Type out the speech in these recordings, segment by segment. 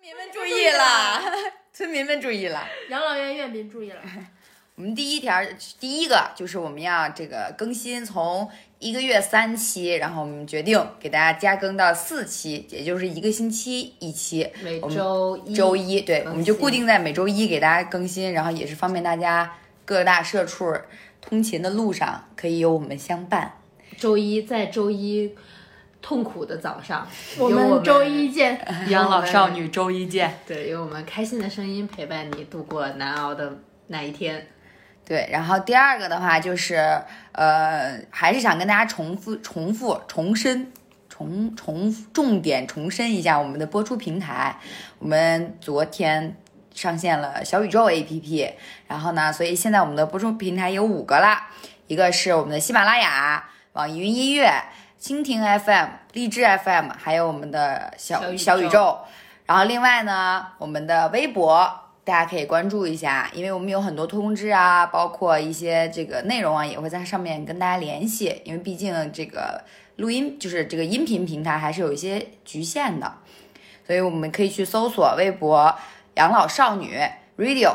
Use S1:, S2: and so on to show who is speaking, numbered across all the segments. S1: 民们注意了， 村民们注意了。
S2: 养老院院民 注意了，
S1: 我们第一条，第一个就是我们要这个更新从一个月三期，然后我们决定给大家加更到四期，也就是一个星期一哦期。
S3: 每
S1: 我们
S3: 周一
S1: 周一，对，
S3: 更
S1: 我们就
S3: 新
S1: 固定在每周一给大家更新，然后也是方便大家各大社畜通勤的路上可以有我们相伴。
S3: 周一在周一痛苦的早上，
S2: 我
S3: 有
S2: 们周一 见。
S3: 养
S1: 哎
S3: 老少女
S1: 周一见。
S3: 对，有我们开心的声音陪伴你度过难熬的那一天。
S1: 对，然后第二个的话就是，呃，还是想跟大家重复、重复、重申、重重重点重申一下我们的播出平台。我们昨天上线了小宇宙 APP，然后呢，所以现在我们的播出平台有五个啦，一个是我们的喜马拉雅、网易云音乐、蜻蜓 FM、荔枝 FM，还有我们的小
S3: 小宇宙
S1: 宇宙。然后另外呢，我们的微博大家可以关注一下，因为我们有很多通知啊，包括一些这个内容啊，也会在上面跟大家联系。因为毕竟这个录音就是这个音频平台还是有一些局限的，所以我们可以去搜索微博“养老少女 radio”。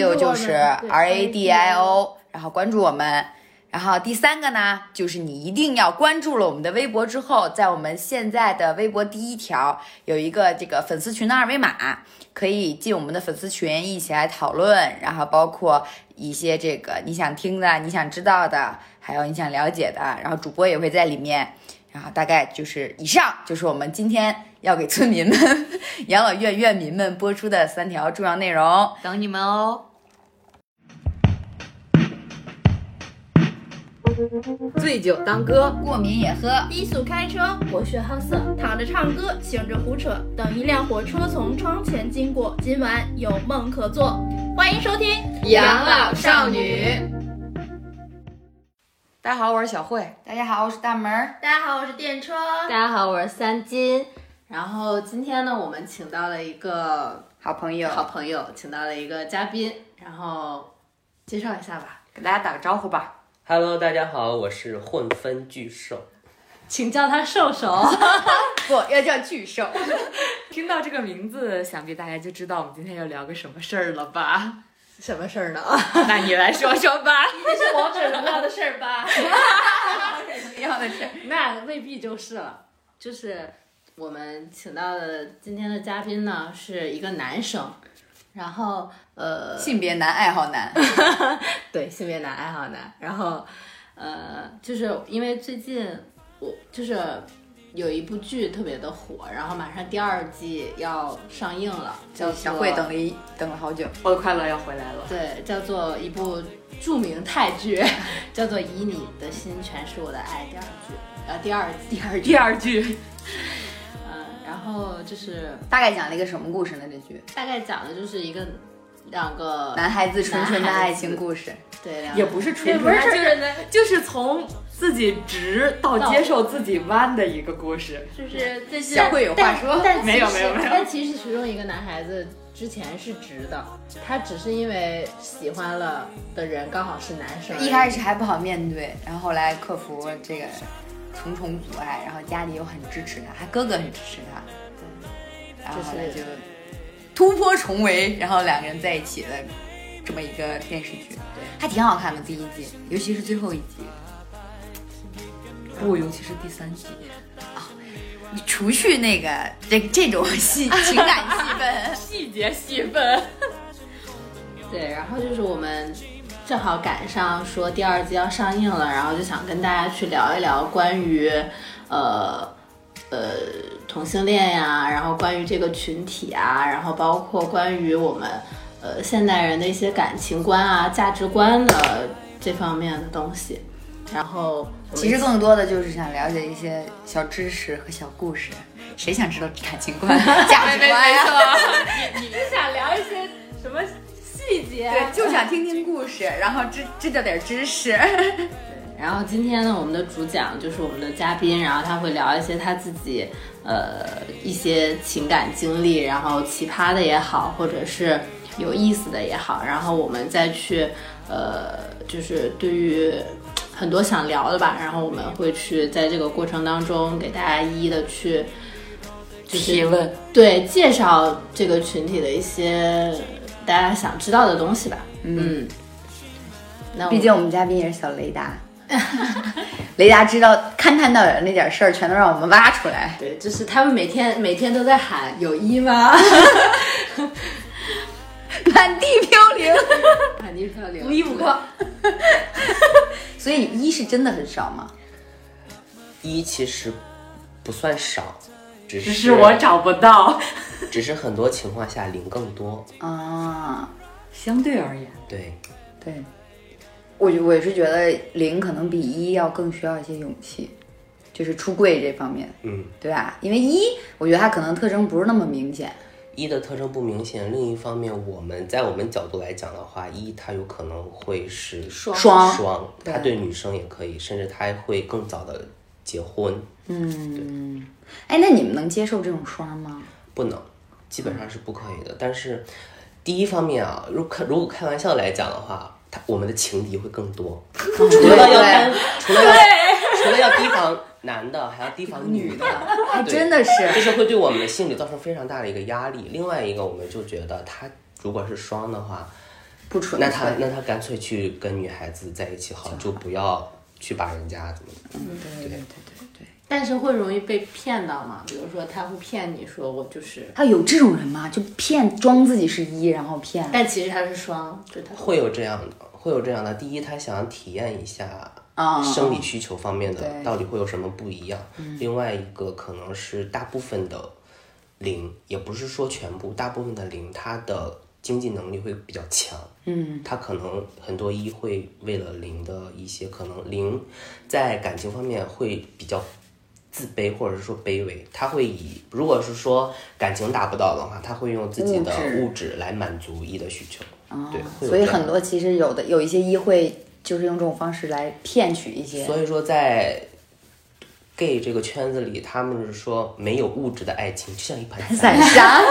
S2: 关 注我
S1: 就
S2: 们
S1: 是
S2: 对
S1: R A D I O，然后关注我们。然后第三个呢，就是你一定要关注了我们的微博之后，在我们现在的微博第一条有一个这个粉丝群的二维码，可以进我们的粉丝群一起来讨论，然后包括一些这个你想听的、你想知道的，还有你想了解的，然后主播也会在里面。然啊后大概就是以上就是我们今天要给村民们、 养老院院民们播出的三条重要内容。
S3: 等你们哦。醉酒当歌，
S1: 过敏也喝。
S2: 低速开车，博学好色，躺着唱歌，醒着胡扯。等一辆火车从窗前经过，今晚有梦可做。欢迎收听《
S3: 养老少女。
S1: 大家好，我是小慧。大家好，我是大门儿。
S2: 大家好，我是电车。
S3: 大家好，我是三金。然后今天呢，我们请到了一个
S1: 好朋友，
S3: 好朋友，请到了一个嘉宾，然后介绍一下吧，
S1: 给大家打个招呼吧。
S4: Hello，大家好，我是混分巨兽。
S3: 请叫他瘦手。
S1: 不要叫巨兽。
S5: 听到这个名字，想必大家就知道我们今天要聊个什么事儿了吧？
S3: 什么事儿呢？
S5: 那你来说说吧。
S2: 这是王者荣耀的事儿吧？
S1: 一样的是，
S3: 那未必就是了，就是我们请到的今天的嘉宾呢是一个男生，然后呃，
S1: 性别男，爱好 男。
S3: 对性别男爱好男，然后呃，就是因为最近我就是有一部剧特别的火，然后马上第二季要上映了，叫做
S1: 小慧等了一等了好久，
S5: 我的快乐要回来了。
S3: 对，叫做一部著名泰剧，叫做《以你的心全是我的爱》第二剧，呃，第二第二
S5: 第
S3: 剧，
S5: 二句，
S3: 嗯，然后就是
S1: 大概讲了一个什么故事呢？这剧
S3: 大概讲的就是一个两个
S1: 男孩子纯纯的
S3: 男孩
S1: 爱
S3: 子
S1: 情故事。
S3: 对两
S5: 也
S3: 个
S5: 不是纯纯，
S2: 也不是纯纯
S5: 的，就是从自己直到接受自己弯的一个故事。
S2: 就是最近
S1: 小慧有话说，
S3: 但
S5: 没有
S3: 其实
S5: 没有没有
S3: 但其实其中一个男孩子之前是直的，他只是因为喜欢了的人刚好是男生而已，
S1: 一开始还不好面对，然后后来克服这个重重阻碍，然后家里又很支持他，他哥哥很支持他，
S2: 嗯
S1: 然后后来哦就突破重围，然后两个人在一起的这么一个电视剧，还挺好看的第一季，尤其是最后一集。
S5: 不，哦尤其是第三集，
S1: 你啊除去那个这这种 戏情感戏份，
S5: 细节细分。
S3: 对，然后就是我们正好赶上说第二季要上映了，然后就想跟大家去聊一聊关于呃呃同性恋呀、然后关于这个群体啊，然后包括关于我们呃现代人的一些感情观啊、价值观的这方面的东西。然后我们
S1: 其实更多的就是想了解一些小知识和小故事。谁想知道感情 观、价值观啊呀、
S2: 是想聊一些什么细节？啊
S1: 对，就想听听故事，然后知知道点知识。
S3: 然后今天呢，我们的主讲就是我们的嘉宾，然后他会聊一些他自己呃一些情感经历，然后奇葩的也好，或者是有意思的也好，然后我们再去呃就是对于很多想聊的吧，然后我们会去在这个过程当中给大家一一的去就是
S5: 提问。
S3: 对介绍这个群体的一些大家想知道的东西吧。嗯，那我
S1: 毕竟我们嘉宾也是小雷 达，雷达知道勘探到的那点事儿，全都让我们挖出来。
S3: 对，就是他们每天每天都在喊有一吗？
S1: 满地飘零，
S3: 喊你漂亮，
S2: 无一无课。
S1: 所以一是真的很少嘛。
S4: 一其实不算少，只是
S5: 只是我找不到，
S4: 只是很多情况下零更多。
S1: 啊，
S5: 相对而言，
S4: 对，
S1: 对，我我也是觉得零可能比一要更需要一些勇气，就是出柜这方面，
S4: 嗯，
S1: 对吧？因为一，我觉得它可能特征不是那么明显。
S4: 一的特征不明显，另一方面，我们在我们角度来讲的话，一它有可能会是
S3: 双
S1: 双
S4: 双，
S1: 对
S4: 它对女生也可以，甚至它还会更早的结婚，
S1: 哎，那你们能接受这种双吗？
S4: 不能，基本上是不可以的。但是第一方面啊，如果如果开玩笑来讲的话，它我们的情敌会更多，除了要看，除了要除了要提防男的，还要提防女的，
S1: 还
S4: 对
S1: 哎真的是，
S4: 这是会对我们的心理造成非常大的一个压力。另外一个，我们就觉得他如果是双的话，
S1: 不纯
S4: 那
S1: 粹。
S4: 他那他干脆去跟女孩子在一起好，就不要去把人家怎么。
S1: 对对对对对，
S3: 但是会容易被骗到嘛？比如说他会骗你说我就是，
S1: 啊，有这种人吗？就骗装自己是一，然后骗。
S3: 但其实他是双，就他
S4: 会有这样的，会有这样的。第一，他想体验一下
S1: 啊
S4: 生理需求方面的
S1: 对嗯
S4: 到底会有什么不一样。另外一个可能是大部分的零，也不是说全部，大部分的零，他的经济能力会比较强。嗯，他可能很多一会为了零的一些可能零在感情方面会比较。自卑或者是说卑微，他会以如果是说感情达不到的话，他会用自己的
S1: 物质嗯
S4: 物质来满足一的需求。对，会有
S1: 哦所以
S4: 这样
S1: 很多其实有的有一些一会就是用这种方式来骗取一些。
S4: 所以说，在 gay 这个圈子里，他们是说没有物质的爱情就像一盘
S1: 散
S4: 沙。
S1: 沙，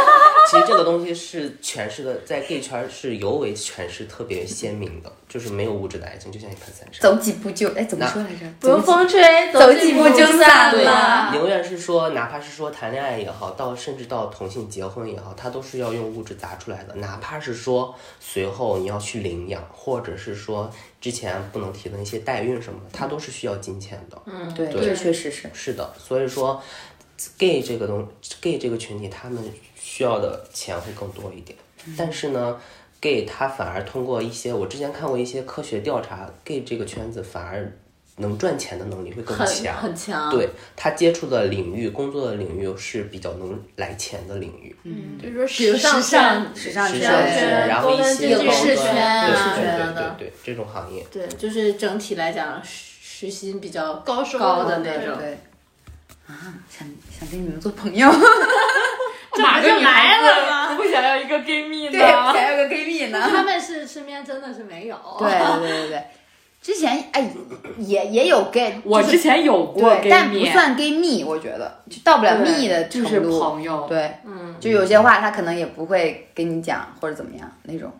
S4: 其实这个东西是诠释的，在 gay 圈是尤为诠释特别鲜明的，就是没有物质的爱情就像一盘散沙。
S1: 走几步就哎，怎么说来着？
S2: 不用
S1: 走几
S2: 风吹，
S1: 走
S2: 几
S1: 几
S2: 步
S1: 步就散
S2: 散
S1: 了。
S4: 永远是说，哪怕是说谈恋爱也好，到甚至到同性结婚也好，它都是要用物质砸出来的。哪怕是说随后你要去领养，或者是说之前不能提的那些代孕什么的，它都是需要金钱的。
S1: 对，这确实是。
S4: 是的，所以说，gay 这个东，gay 这个群体，他们需要的钱会更多一点。
S3: 嗯
S4: 但是呢，gay 他反而通过一些我之前看过一些科学调查，gay 这个圈子反而能赚钱的能力会更
S3: 很
S4: 强。
S3: 很强，
S4: 对他接触的领域，工作的领域是比较能来钱的领域，
S2: 嗯比如说
S3: 比如
S2: 时
S3: 时
S2: 尚
S3: 尚
S1: 时尚
S4: 时
S1: 圈
S4: 尚
S2: 圈
S4: 圈，然后一些
S3: 多元
S4: 高端
S3: 知识圈啊
S4: 对
S3: 之类
S4: 对对
S3: 的
S4: 对对，这种行业。
S3: 对，就是整体来讲时薪比较
S2: 高收入
S3: 高的那
S2: 对
S3: 种。
S1: 对。啊，想想跟你们做朋友，
S5: 哪个女孩
S2: 这不就来了吗
S5: 子不想要一个 gay 蜜
S1: 对，
S5: 呢？
S1: 想要个 gay 蜜呢。
S3: 他们是身边真的是没有，
S1: 对对对对对，之前哎也也有 gay，
S5: 我
S1: 就
S5: 之
S1: 是
S5: 前有过
S1: 对，
S5: gay
S1: 但不
S5: 蜜，
S1: 算 gay 蜜，我觉得就到不了
S5: 对
S1: 蜜的程
S5: 就
S1: 度。
S5: 是朋友。
S1: 对，嗯，就有些话他可能也不会跟你讲或者怎么样那种。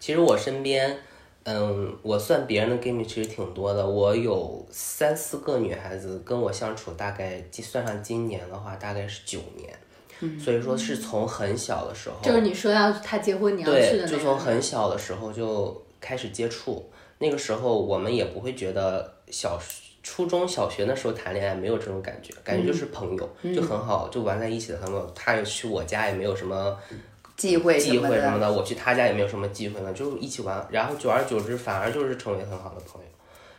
S4: 其实我身边，嗯，我算别人的闺蜜其实挺多的。我有三四个女孩子跟我相处，大概计算上今年的话，大概是九年。所以说是从很小的时候，
S3: 嗯就是你说要他结婚你要去
S4: 对，
S3: 的那
S4: 就
S3: 种
S4: 从。很小的时候就开始接触。那个时候我们也不会觉得小初中小学那时候谈恋爱没有这种感觉，感觉
S3: 嗯
S4: 就是朋友，就很好，就玩在一起的朋友。他也去我家也没有什么。
S1: 忌讳
S4: 忌
S1: 么
S4: 讳什
S1: 的，
S4: 么的，我去他家也没有什么忌讳呢，就一起玩，然后久而久之反而就是成为很好的朋友。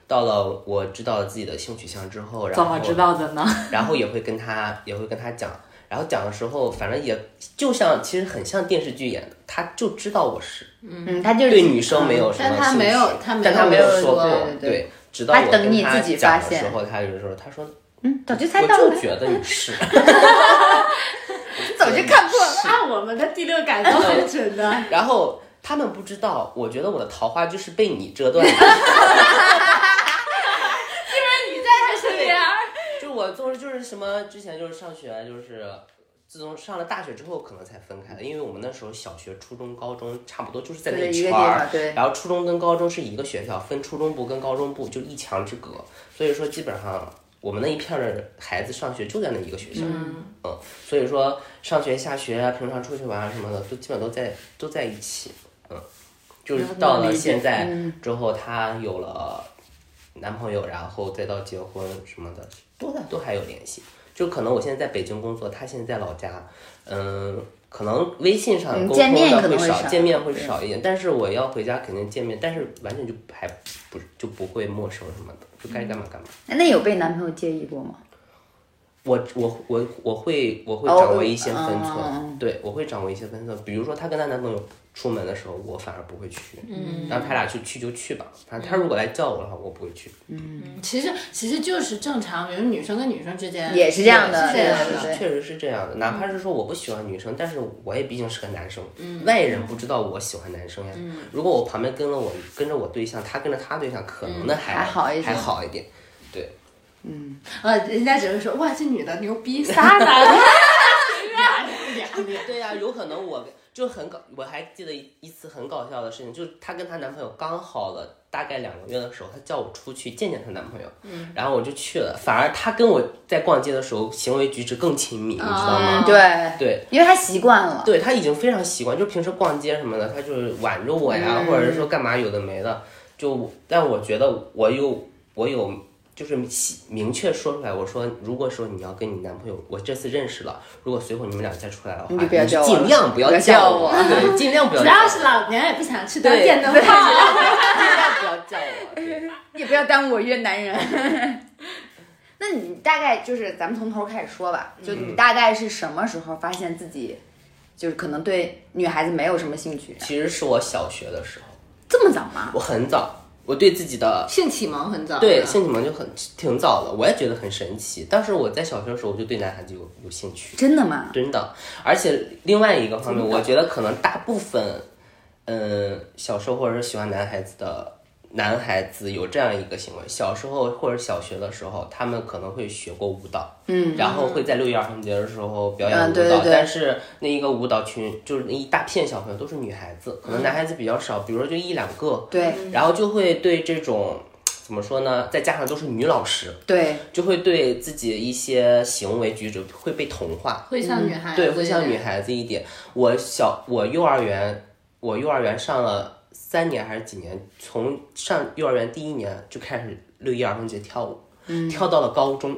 S4: 到了我知道了自己的性取向之后，然
S5: 怎
S4: 后
S5: 么知道的呢？
S4: 然后也会跟他也会跟他讲，然后讲的时候，反正也就像其实很像电视剧演的，他就知道我是
S1: 嗯，他就是嗯
S4: 对女生没有什么
S3: 但他
S4: 兴趣
S3: 没有他没
S4: 但他
S3: 有
S4: 没有
S3: 说
S4: 说过，
S1: 对对对
S4: 直到
S1: 他
S4: 我
S1: 等
S4: 跟
S1: 你
S4: 他
S1: 自己
S4: 讲
S1: 发
S4: 的时
S1: 现
S4: 候，他就说，他说
S1: 嗯， 早就猜
S4: 我
S1: 到了
S4: 就，觉得你 是，
S1: 早就看破了。
S3: 按我们的第六感都很准 的，
S4: 然后他们不知道，我觉得我的桃花就是被你折断的。
S5: 对呀，
S4: 就我总是就是什么，之前就是上学，就是自从上了大学之后，可能才分开的，因为我们那时候小学、初中、高中差不多就是在那
S1: 对一个地
S4: 圈
S1: 方
S4: 儿，，
S1: 对，
S4: 然后初中跟高中是一个学校，分初中部跟高中部就一墙之隔，所以说基本上我们那一片儿的孩子上学就在那一个学校，嗯所以说上学下学啊，平常出去玩啊什么的，都基本都在都在一起，嗯，就是到了现在
S1: 嗯
S4: 之后，她有了男朋友，然后再到结婚什么的，都在都还有联系。就可能我现在在北京工作，她现在老家，嗯，可能微信上
S1: 嗯
S4: 沟
S1: 见
S4: 通
S1: 面
S4: 的
S1: 可能会
S4: 少，
S1: 少
S4: 见面会少一点。但是我要回家肯定见面，但是完全就还不就不会陌生什么的，就该干嘛干嘛。
S1: 那哎那有被男朋友介意过吗？
S4: 我我我我会我会
S1: 哦
S4: 掌握一些分寸，
S1: 嗯
S4: 对我会掌握一些分寸。比如说，她跟她男朋友出门的时候，我反而不会去，嗯，让他俩去去就去吧。反
S1: 嗯
S4: 正他如果来叫我的话，我不会去。
S3: 其实其实就是正常，比如女生跟女生之间
S1: 也是这样的
S3: 是这样
S1: 对对对
S3: 的。
S4: 确实是这样的，哪怕是说我不喜欢女生，但是我也毕竟是个男生，
S1: 嗯
S4: 外人不知道我喜欢男生呀。如果我旁边跟了我跟着我对象，他跟着他对象，可能呢还
S1: 嗯还好一点
S4: 还好一点。对，
S3: 呃，人家只会说哇，这女的牛逼，仨男的，俩俩俩。
S4: 对呀、有可能我就很搞，我还记得一次很搞笑的事情，就是她跟她男朋友刚好了大概两个月的时候，她叫我出去见见她男朋友，然后我就去了，反而她跟我在逛街的时候行为举止更亲密，你知道
S3: 啊
S4: 吗？
S1: 对，
S4: 嗯对。
S1: 因为他习惯了。
S4: 对她已经非常习惯，就平时逛街什么的，她就是挽着我呀，或者是说
S1: 嗯
S4: 干嘛有的没的，就但我觉得我有我有就是明确说出来，我说如果说你要跟你男朋友，我这次认识了，如果随后你们俩再出来的话，
S1: 你就不要叫我了
S4: 尽量不
S1: 不
S4: 要
S1: 要叫
S4: 我，
S1: 我
S4: 对，尽量不要
S3: 主
S4: 叫
S3: 要
S4: 我，
S3: 是老娘也不想去当
S4: 对
S3: 电灯泡。
S4: 尽量不要叫 我，对
S1: 也不要耽误我约男人。 那你大概就是咱们从头开始说吧，
S4: 嗯
S1: 就你大概是什么时候发现自己就是可能对女孩子没有什么兴趣？
S4: 其实是我小学的时候，
S1: 这么早吗？
S4: 我很早，我对自己的
S3: 性启蒙很
S1: 嗯
S3: 早，
S4: 对，性启蒙就很挺早的，我也觉得很神奇。当时我在小学的时候，我就对男孩子有有兴趣，
S1: 真的吗？
S4: 真的。而且另外一个方面，我觉得可能大部分，嗯、小时候或者是喜欢男孩子的男孩子有这样一个行为，小时候或者小学的时候，他们可能会学过舞蹈，嗯，然后会在六一儿童节的时候表演舞蹈，
S1: 嗯对对对
S4: 但是那一个舞蹈群就是那一大片小朋友都是女孩子，可能男孩子比较少，比如说就一两个，
S1: 对
S4: 然后就会对这种。怎么说呢？再加上都是女老师，
S1: 对，
S4: 就会对自己一些行为举止会被同化，
S3: 会像女孩子一
S4: 嗯对，
S3: 点，
S4: 会像女孩子一点。我小我幼儿园，我幼儿园上了三年还是几年？从上幼儿园第一年就开始六一儿童节跳舞，跳到了高中，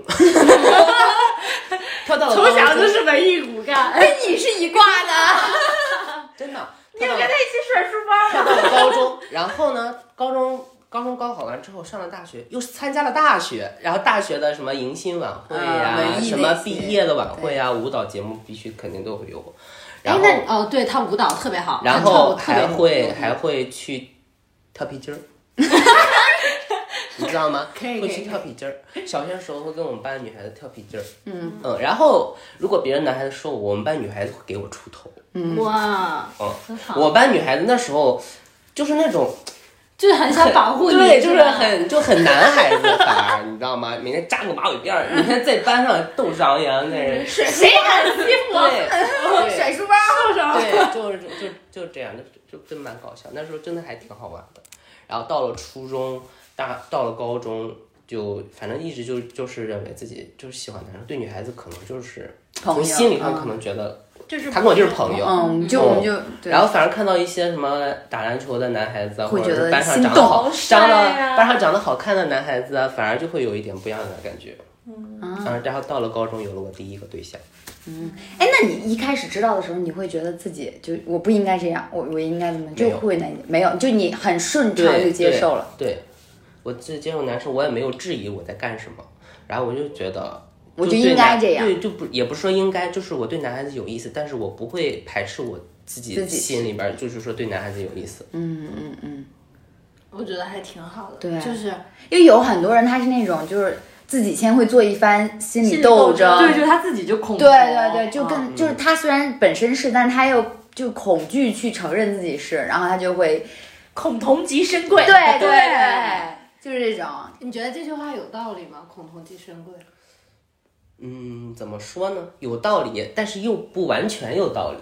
S4: 跳到了高中
S3: 文艺骨干。
S1: 哎，你是一挂的，
S4: 真的。跳到了
S5: 一起甩书包
S4: 上到了高中，然后呢，高中高中高考完之后上了大学，又参加了大学，然后大学的什么迎新晚会呀、
S1: 啊文艺
S4: 什么
S1: 那些
S4: 毕业的晚会呀、舞蹈节目必须肯定都会有。然
S3: 哎，
S4: 后，
S3: 那哦，对她舞蹈特别好，
S4: 然
S3: 她跳
S4: 后
S3: 舞特别嗯
S4: 还
S3: 牛
S4: 会还会去跳皮 筋儿。你知道吗？
S3: 可以
S4: 会
S3: 可
S4: 去
S3: 以哎
S4: 跳皮筋儿。小学的时候会跟我们班女孩子跳皮筋儿，嗯然后如果别人男孩子说我，我们班女孩子会给我出头。
S3: 哇，
S4: 嗯
S3: 很好，
S4: 我班女孩子那时候就是那种
S3: 就是很想保护你，
S4: 对，就是是
S3: 吧
S4: 很就很男孩子反而，你知道吗？每天扎个马尾辫儿，每天在班上斗张扬，那 人
S1: 谁敢欺负
S4: 对对
S1: 甩书包？
S4: 对，就是就就这样，就就真蛮搞笑。那时候真的还挺好玩的。然后到了初中，大到了高中，就反正一直就就是认为自己就是喜欢男生，对女孩子可能就是
S1: 朋友
S4: 从心理上可能觉得
S5: 就是
S4: 他跟我就是朋友，
S1: 嗯，就
S4: 哦
S1: 我们就对
S4: 然后反而看到一些什么打篮球的男孩子啊，
S1: 会
S4: 或者
S1: 觉得
S4: 是班上
S1: 心
S4: 长得
S1: 动
S4: 好、长
S5: 帅
S4: 得
S5: 啊
S4: 班上长得好看的男孩子啊，反而就会有一点不一样的感觉。
S1: 啊
S4: 嗯，然后到了高中有了我第一个对象，
S1: 哎，那你一开始知道的时候，你会觉得自己就我不应该这样，我我应该怎么就
S4: 没有
S1: 会那没有，就你很顺畅
S4: 对
S1: 就接受了。。
S4: 对，对我自己接受男生，我也没有质疑我在干什么，然后我就觉得。我
S1: 就应该这样
S4: 对，就不也不是说应该，就是我对男孩子有意思，但是我不会排斥我自己
S1: 自己
S4: 心里边儿，就是说对男孩子有意思。
S3: 我觉得还挺好的，
S1: 对
S3: 就是
S1: 因为有很多人他是那种就是自己先会做一番心理斗争，
S5: 对，就是他自己就恐
S1: 对对
S4: 哦
S1: 对，就
S5: 嗯
S1: 跟、就是他虽然本身是，但他又就恐惧去承认自己是，然后他就会
S5: 恐同即身贵。
S1: 对对对，就是这种。
S3: 你觉得这句话有道理吗？恐同即身贵，
S4: 嗯，怎么说呢？有道理，但是又不完全有道理。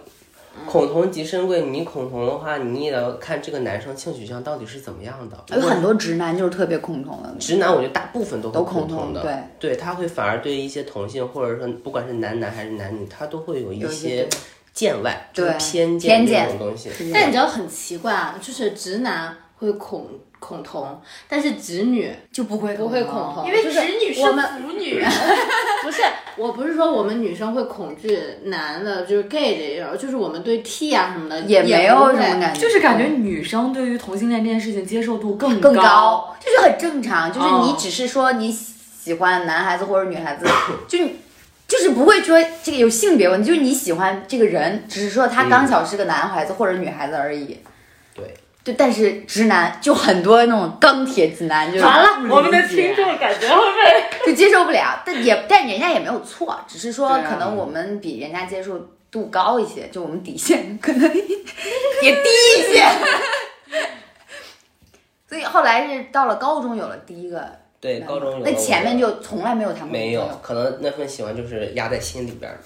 S4: 恐同即深贵，你恐同的话，你也要看这个男生性取向到底是怎么样 的。
S1: 有很多直男就是特别恐同的，
S4: 直男，我觉得大部分都会
S1: 都恐
S4: 同
S1: 同
S4: 的，
S1: 对
S4: 他会反而对一些同性，或者说不管是男男还是男女，他都会有一
S1: 有一些
S4: 些见外，就是
S1: 对
S4: 偏
S1: 偏
S4: 这
S1: 见
S4: 种东西。
S3: 但你知道很奇怪啊，就是直男会恐恐同，但是直女
S1: 就不会
S3: 不会恐同，
S2: 因
S5: 啊
S2: 为
S3: 就
S2: 直女是
S3: 我们
S2: 腐女，
S3: 不是，我不是说我们女生会恐惧男的，就是 gay 这一种，就是我们对 T 啊什么的
S1: 也没有
S3: 不
S1: 什
S3: 会
S1: 么感觉，
S5: 就是感觉女生对于同性恋这件事情接受度更
S1: 更
S5: 高，
S1: 高，就是很正常，就是
S5: 哦
S1: 你只是说你喜欢男孩子或者女孩子， 就你就是不会说这个有性别问题，就是你喜欢这个人，只是说他刚巧是个男孩子或者女孩子而已。
S4: 对，
S1: 对，但是直男就很多那种钢铁直男，就是
S5: 完了，
S3: 理解
S5: 我们的听众感觉会被
S1: 就接受不了，但也但人家也没有错，只是说
S3: 对啊
S1: 可能我们比人家接受度高一些，就我们底线可能也低一些。所以后来是到了高中有了第一个
S4: 对，高中有
S1: 那
S4: 的
S1: 前面
S4: 我
S1: 就从来没有谈过
S4: 没
S1: 女
S4: 有
S1: 朋友，
S4: 可能那份喜欢就是压在心里边的，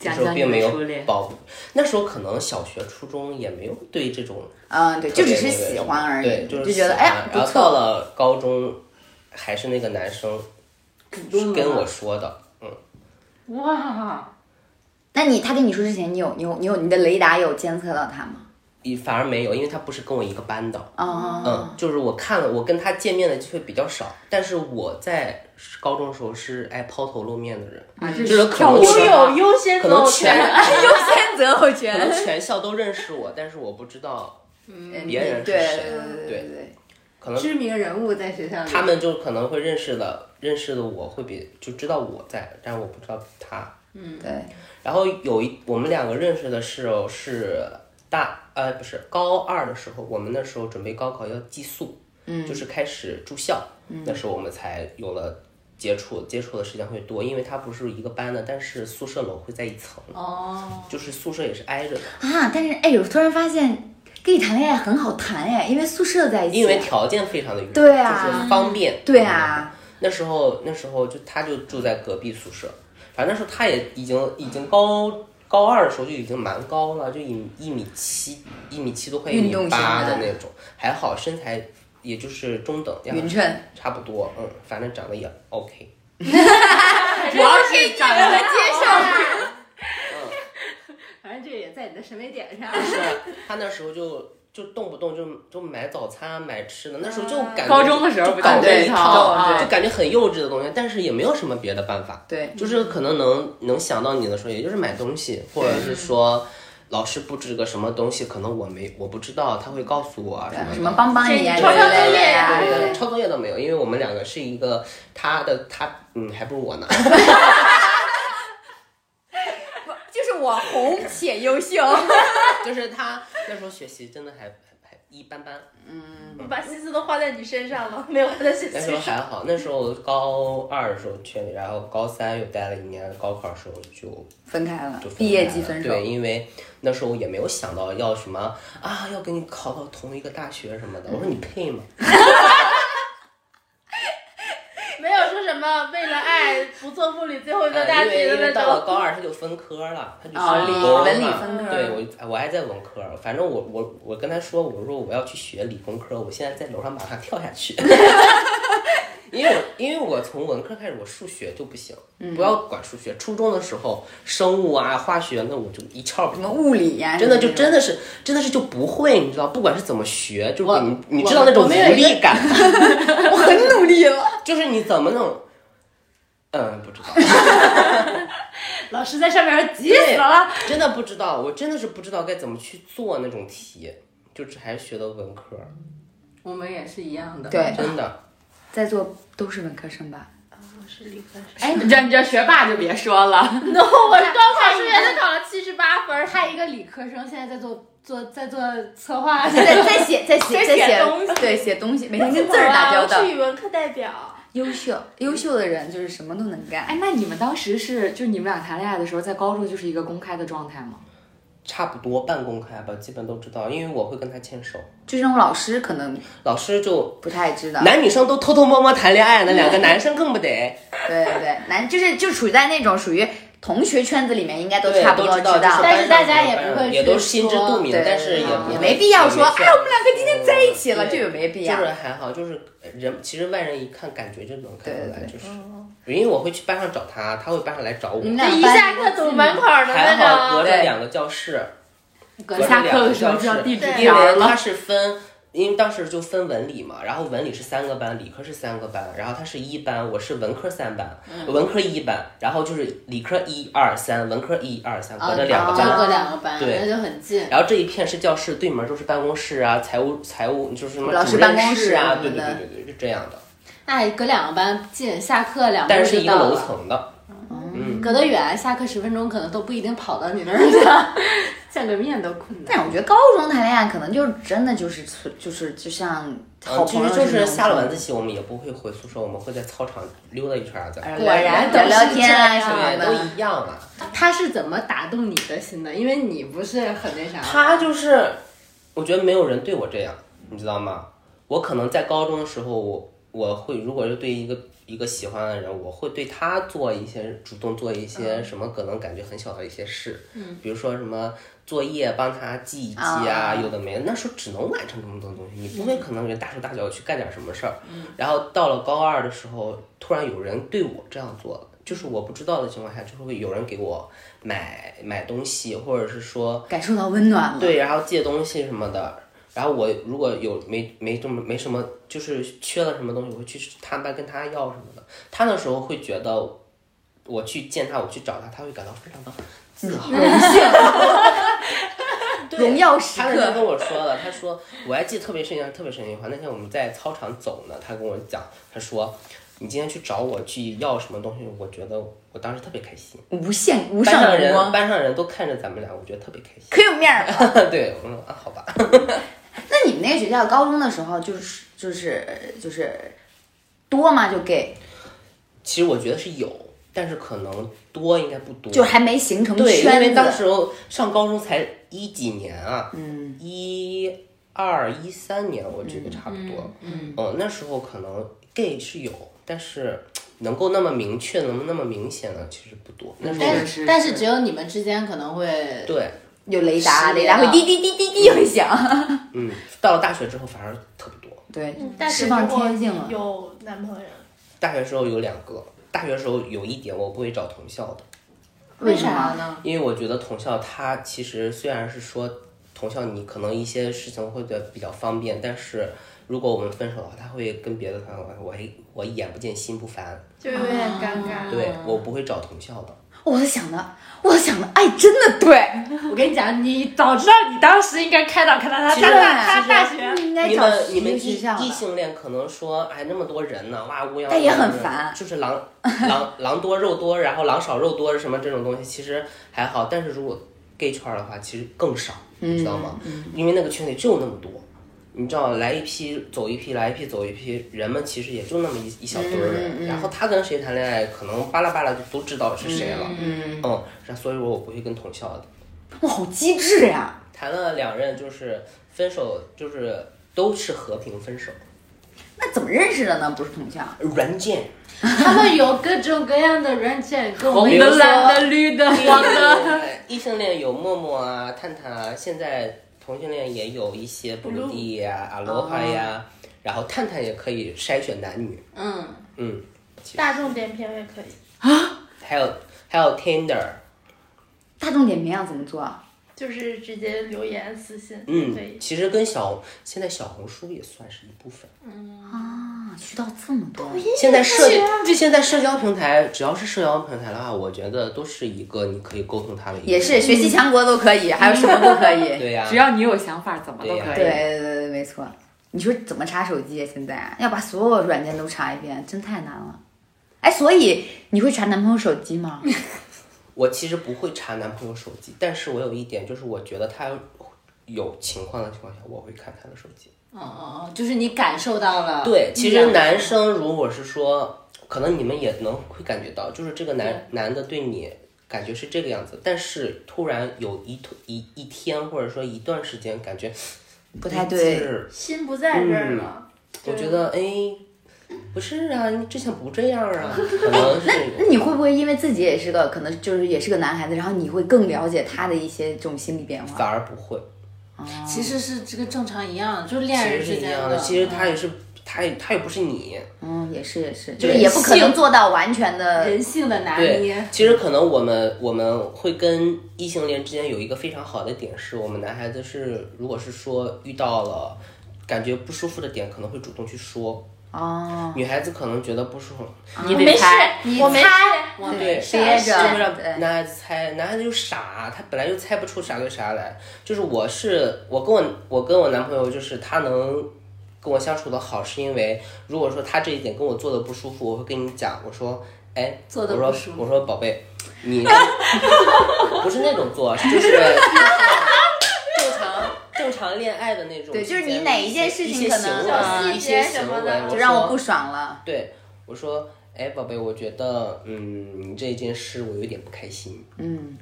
S4: 那
S5: 讲
S4: 时候
S5: 讲
S4: 并没
S5: 你的
S4: 有
S5: 初恋
S4: 保，那时候可能小学、初中也没有对这种
S1: 嗯，对，就只是
S4: 特别那个
S1: 喜欢而
S4: 对，
S1: 已，
S4: 就是
S1: 觉得
S4: 喜
S1: 哎呀
S4: 欢
S1: 不
S4: 然后到
S1: 错，
S4: 了高中，还是那个男生
S3: 动的
S4: 跟我说的，嗯，
S3: 哇，
S1: 那你他跟你说之前，你有你有你有你的雷达有监测到他吗？
S4: 也反而没有，因为他不是跟我一个班的，
S1: 啊、
S4: 嗯，就是我看了，我跟他见面的机会比较少，但是我在高中的时候是爱抛头露面的人，就是可
S5: 跳
S4: 能
S5: 舞
S4: 全
S5: 的
S2: 有优先
S4: 可能
S2: 择偶
S4: 全
S2: 权。
S1: 优先择偶
S4: 可
S1: 权
S4: 能，全校都认识我，但是我不知道，别人是
S1: 对
S4: 谁
S1: 对对对。
S4: 可能
S3: 知名人物在学校里，
S4: 他们就可能会认识的，认识的我会比就知道我在，但是我不知道他，
S1: 对，
S4: 然后有一我们两个认识的时候是大呃不是高二的时候，我们那时候准备高考要寄宿，嗯，就是开始住校，嗯、那时候我们才有了接触，接触的时间会多，因为他不是一个班的，但是宿舍楼会在一层，
S3: 哦，
S4: 就是宿舍也是挨着的，
S1: 啊，但是哎，我突然发现跟你谈恋爱很好谈哎，因为宿舍在一起，
S4: 因为条件非常的允许，
S1: 对啊
S4: 就是方便，
S1: 对啊，
S4: 那时候那时候就他就住在隔壁宿舍，反正那时候他也已经已经高高二的时候就已经蛮高了，就一一米七一米七多快一
S1: 运
S4: 米
S1: 动型
S4: 八
S1: 的
S4: 的那种，还好身材也就是中等，样
S1: 匀称，
S4: 差不多，嗯，反正长得也 OK。
S5: 主要是长得
S3: 反正这也在你的审美点上。
S4: 是 他那时候就就动不动就就买早餐啊买吃的，那时候就感觉
S5: 高中的时候
S4: 就
S5: 不
S4: 搞
S5: 就这
S4: 一
S5: 一
S4: 套
S5: 套
S4: 啊
S5: 啊
S4: 就感觉很幼稚的东西，但是也没有什么别的办法。
S1: 对，
S4: 就是可能能能想到你的时候，也就是买东西，或者是说老师布置个什么东西，可能我没我不知道，他会告诉我啊什么
S1: 什么帮帮你啊，
S2: 这抄抄作
S1: 之类
S2: 业
S1: 的
S2: 呀
S1: 呀，
S4: 对对
S1: 对
S4: 对，抄作业都没有，因为我们两个是一个他的他嗯，还不 如我呢。
S1: 就是我红且优秀，
S4: 就是他那时候学习真的还还还一般般，
S2: 把心思都花在你身上了，没有花在学
S4: 那
S2: 习
S4: 时候
S2: 上。
S4: 还好，那时候高二的时候去，然后高三又待了一年，高考的时候就
S1: 分开了
S4: 就分，开
S1: 毕业
S4: 了
S1: 即分手，
S4: 对，因为那时候也没有想到要什么啊，要跟你考到同一个大学什么的。我说你配吗？
S2: 没有说什么为了爱不做妇女最后一个大
S4: 哎因为
S2: 学
S4: 因为
S2: 的
S4: 到了
S2: 那
S4: 高
S2: 种。
S4: 二他就分科了，他就
S1: 哦
S4: 是
S1: 理
S4: 工了
S1: 文理分科
S4: 对我我还在文科，反正我我我跟他说，我说我要去学理工科，我现在在楼上马上跳下去。 因为我因为我从文科开始，我数学就不行，不要管数学。初中的时候，生物啊、化学那我就一窍不
S1: 什么
S4: 通，
S1: 物理呀，
S4: 真的就
S1: 什么
S4: 真的是真的是就不会，你知道，不管是怎么学，就
S3: 我
S4: 是你你
S3: 我
S4: 知道那种
S3: 我
S4: 无
S3: 们有一个
S4: 力感，
S1: 这种，我很努力了，
S4: 就是你怎么弄， 嗯，不知道。
S3: 老师在上面急死了，
S4: 真的不知道，我真的是不知道该怎么去做那种题，就只还是学的文科，
S3: 我们也是一样的。
S1: 对
S4: 真的。
S1: 在座都是文科生吧？
S2: 我是理科生，
S5: 哎，你这你这学霸就别说了，
S2: no，我是高考数学都考了七十八分儿，
S3: 他一个理科生，现在在做做在做策划，
S1: 在在写在写
S2: 在写
S1: 在写
S2: 东西
S1: 对写东西，每天跟字儿打交
S2: 我
S1: 道
S2: 是，语文课代表。
S1: 优秀优秀的人就是什么都能干。
S5: 哎，那你们当时是就你们俩谈恋爱的时候，在高中就是一个公开的状态吗？
S4: 差不多半公开吧，基本都知道，因为我会跟他牵手。
S1: 就这种老师可能
S4: 老师就
S1: 不太知道，
S4: 男女生都偷偷摸摸谈恋爱呢，两个男生更不得。
S1: 对对对，男就是就处在那种属于同学圈子里面应该都
S4: 对
S1: 差不多
S4: 都知道
S1: 道，
S4: 就是
S3: 但是大家也
S4: 班上
S3: 不会
S4: 也
S3: 去
S4: 都是心知
S3: 说
S4: 肚明，
S1: 对
S4: 但是也
S3: 嗯
S4: 不
S1: 也
S4: 会
S1: 没必要说，
S4: 去
S1: 哎，我们两个今天在一起了，
S4: 嗯
S1: 这也没必要
S4: 就。是还好，就是人其实外人一看感觉就能看出来，
S1: 对对嗯
S4: 就是因为我会去班上找他，他会班上来找我
S3: 你，们
S2: 这
S3: 俩
S2: 一
S3: 班
S2: 下课堵门口的
S4: 还
S2: 那
S4: 好
S2: 种
S4: 隔。着
S1: 对
S4: 两个教室，
S3: 隔
S4: 隔
S5: 下
S4: 着
S3: 下
S4: 两
S5: 课
S4: 个
S5: 的时候
S4: 教
S5: 就要
S4: 室，
S5: 递纸
S2: 对
S4: 因
S5: 条
S4: 为它
S5: 了，
S4: 是分，因为当时就分文理嘛，然后文理是三个班，理科是三个班，然后他是一班，我是文科三班，文科一班，然后就是理科一二三，文科一二三，
S3: 啊，
S4: 隔着两个班。
S3: 就隔两个班，
S4: 对
S3: 那就很近。
S4: 然后这一片是教室，对门就是办公室啊，财务财务就是什么
S1: 老师
S4: 主任
S1: 办公室
S4: 室啊，
S1: 什么
S4: 对对
S1: 的
S4: 对对对，是这样的，
S3: 那哎隔两个班近，下课两
S4: 但
S3: 分
S4: 是
S3: 钟
S4: 是一
S3: 就
S4: 个
S3: 到
S4: 楼
S3: 了。
S4: 层的，嗯，
S3: 隔得远，下课十分钟可能都不一定跑到你那儿去， 见个面都困难。
S1: 但我觉得高中谈恋爱可能就真的就是存就是就像呃好
S4: 嗯，其
S1: 朋友
S4: 实就是
S1: 那种
S4: 下了晚自习，我们也不会回宿舍，我们会在操场溜达一圈儿，啊在
S1: 哎
S3: 果然
S1: 聊聊
S3: 都是
S1: 天啊
S3: 这
S1: 什
S3: 样
S1: 么
S4: 对，都
S1: 的。
S4: 一样啊。
S3: 他是怎么打动你的心的？因为你不是很那啥，
S4: 他就是，我觉得没有人对我这样，你知道吗？我可能在高中的时候，我我会如果是对一个一个喜欢的人，我会对他做一些主动做一些什么，可能感觉很小的一些事，嗯，比如说什么作业帮他记一记啊，嗯有的没的。那时候只能完成这么多东西，你不会可能人大手大脚去干点什么事儿。然后到了高二的时候，突然有人对我这样做了。就是我不知道的情况下，就会有人给我买买东西，或者是说
S1: 感受到温暖了，
S4: 对，然后借东西什么的。然后我如果有没没这么没什么，就是缺了什么东西，我会去他班跟他要什么的。他那时候会觉得我去见他，我去找他，他会感到非常的
S1: 哦
S4: 自豪。对
S1: 荣耀时
S4: 他那天
S1: 刻。
S4: 跟我说了，他说我还记得特别深一件特别深一句话。那天我们在操场走呢，他跟我讲，他说你今天去找我去要什么东西，我觉得我当时特别开心。
S1: 无限无
S4: 班
S1: 上
S4: 上
S1: 荣
S4: 人
S1: 光，
S4: 班上人都看着咱们俩，我觉得特别开心。
S1: 可有面儿了。
S4: 对，我说啊，好吧。
S1: 那你们那个学校高中的时候，就是就是就是多吗？就 gay，
S4: 其实我觉得是有，但是可能多应该不多。
S1: 就还没形成
S4: 对，因为
S1: 圈
S4: 当
S1: 子。
S4: 时候上高中才一几年啊，嗯，一二一三年，我觉得差不多。嗯，那时候可能 gay 是有，但是能够那么明确，能那么明显的其实不多。那时候
S3: 但
S5: 是是
S3: 但是只有你们之间可能会
S4: 对，
S1: 有雷达，
S4: 啊
S3: 识别
S1: 雷达会
S3: 了
S1: 滴滴滴滴滴会响。
S4: 嗯，到了大学之后反而特别多。
S1: 对，
S2: 但是
S1: 释
S2: 如
S1: 放
S2: 果
S1: 天性了。
S2: 有男朋友，
S4: 大学时候有两个，大学时候有一点我不会找同校的。
S1: 为
S3: 为
S1: 什
S3: 啥
S1: 么？
S3: 呢？
S4: 因为我觉得同校它其实虽然是说同校你可能一些事情会的比较方便，但是如果我们分手的话，他会跟别的团伙，哎我还我眼不见心不烦，
S2: 就有点尴尬。
S4: 对我不会找同校的。
S1: 我在想的，我在想的，哎，真的对，
S3: 我跟你讲，你早知道你当时应该开导开导他，
S4: 其实
S3: 他大他
S1: 其实
S3: 大学
S1: 应该
S4: 你
S1: 找
S4: 们你们
S1: 学
S4: 异
S1: 校
S4: 异
S1: 的。
S4: 性恋可能说，哎，那么多人呢，哇，乌泱，
S1: 但也很烦
S4: 就是狼狼狼多肉多，然后狼少肉多什么这种东西，其实还好。但是如果 gay 圈儿的话，其实更少，你知道吗？
S1: 嗯
S4: 因为那个圈里就那么多，你知道，来一批走一批，来一批走一批，人们其实也就那么一一小堆儿
S1: 嗯
S4: 人。然后他跟谁谈恋爱，可能巴拉巴拉就都知道是谁了。嗯，然后所以说我不会跟同校的。
S1: 哇，好机智呀！
S4: 谈了两任，就是分手，就是都是和平分手。
S1: 那怎么认识的呢？不是同校，
S4: 软件，
S3: 他们 有各种各样的软件跟我们
S4: 比
S5: 红的、
S4: 如说
S5: 蓝的、绿的、黄的，
S4: 异性恋有陌陌啊、探探啊，现在同性恋也有一些布鲁地呀、阿罗哈呀，然后探探也可以筛选男女，
S3: 嗯，
S4: 嗯，
S2: 大众点评也可以。
S4: 还有还有 Tinder，
S1: 大众点评啊要怎么做？
S2: 就是直接留言私信，可以
S4: 嗯，。其实跟小现在小红书也算是一部分。
S1: 啊，渠道这么多，
S4: 现在社现在社交平台，只要是社交平台的话，我觉得都是一个你可以沟通他的一个，
S1: 也是学习强国都可以，还有什么都可以。
S4: 对呀、
S5: 只要你有想法，怎么都可
S1: 对
S5: 以。
S1: 对对对，没错。你说怎么查手机啊？现在要把所有软件都查一遍，真太难了。哎，所以你会查男朋友手机吗？
S4: 我其实不会查男朋友手机，但是我有一点就是，我觉得他有情况的情况下，我会看他的手机。
S3: 哦哦哦，就是你感受到了。哦
S4: 对，其
S3: 你
S4: 实
S3: 感
S4: 男生如果是说，可能你们也能会感觉到，就是这个男男的对你感觉是这个样子，但是突然有一突一一天或者说一段时间，感觉
S1: 不太
S4: 就
S1: 哎对，
S4: 是嗯
S2: 心不在这儿了，
S4: 我觉得哎，不是啊，你之前不这样啊， 可能
S1: 那
S4: 是
S1: 你会不会因为自己也是个可能就是也是个男孩子，然后你会更了解他的一些这种心理变化？
S4: 反而不 会，
S3: 其实是这个正常一样的，就是
S4: 其
S3: 恋
S4: 实
S3: 人
S4: 是
S3: 之
S4: 一
S3: 间
S4: 样的。嗯其实他也是，他也他也不是你，
S1: 嗯，也是也是，就是也不可能做到完全的。
S3: 呃人性的拿
S4: 对
S3: 捏，。
S4: 其实可能我们我们会跟异性恋之间有一个非常好的点是，我们男孩子是如果是说遇到了感觉不舒服的点，可能会主动去说。
S1: 哦，
S4: 女孩子可能觉得不舒服，
S1: 你
S2: 没
S1: 得
S2: 事
S1: 猜，，
S2: 你我没事，
S3: 我
S4: 对
S3: 没事
S1: 憋
S4: 就会
S1: 着，
S4: 让
S1: 对，
S4: 男孩子猜，男孩子就傻，他本来就猜不出啥对啥来。就是我是我跟我我跟我男朋友，就是他能跟我相处的好，是因为如果说他这一点跟我做的不舒服，我会跟你讲，我说，哎，
S3: 做得
S4: 我说
S3: 不舒服
S4: 我说宝贝，你 不是那种做， 就是正常正常恋爱的那种时间，
S1: 对就是你哪一件事
S4: 一
S1: 情
S4: 些
S1: 可能
S4: 行
S1: 啊
S4: 为，一
S2: 细节
S4: 些
S2: 什
S4: 行
S2: 么
S4: 为
S2: 的，
S1: 就让我
S4: 说
S1: 不爽了。
S4: 对，我说，哎，宝贝，我觉得，嗯，你这件事我有点不开心。
S1: 嗯，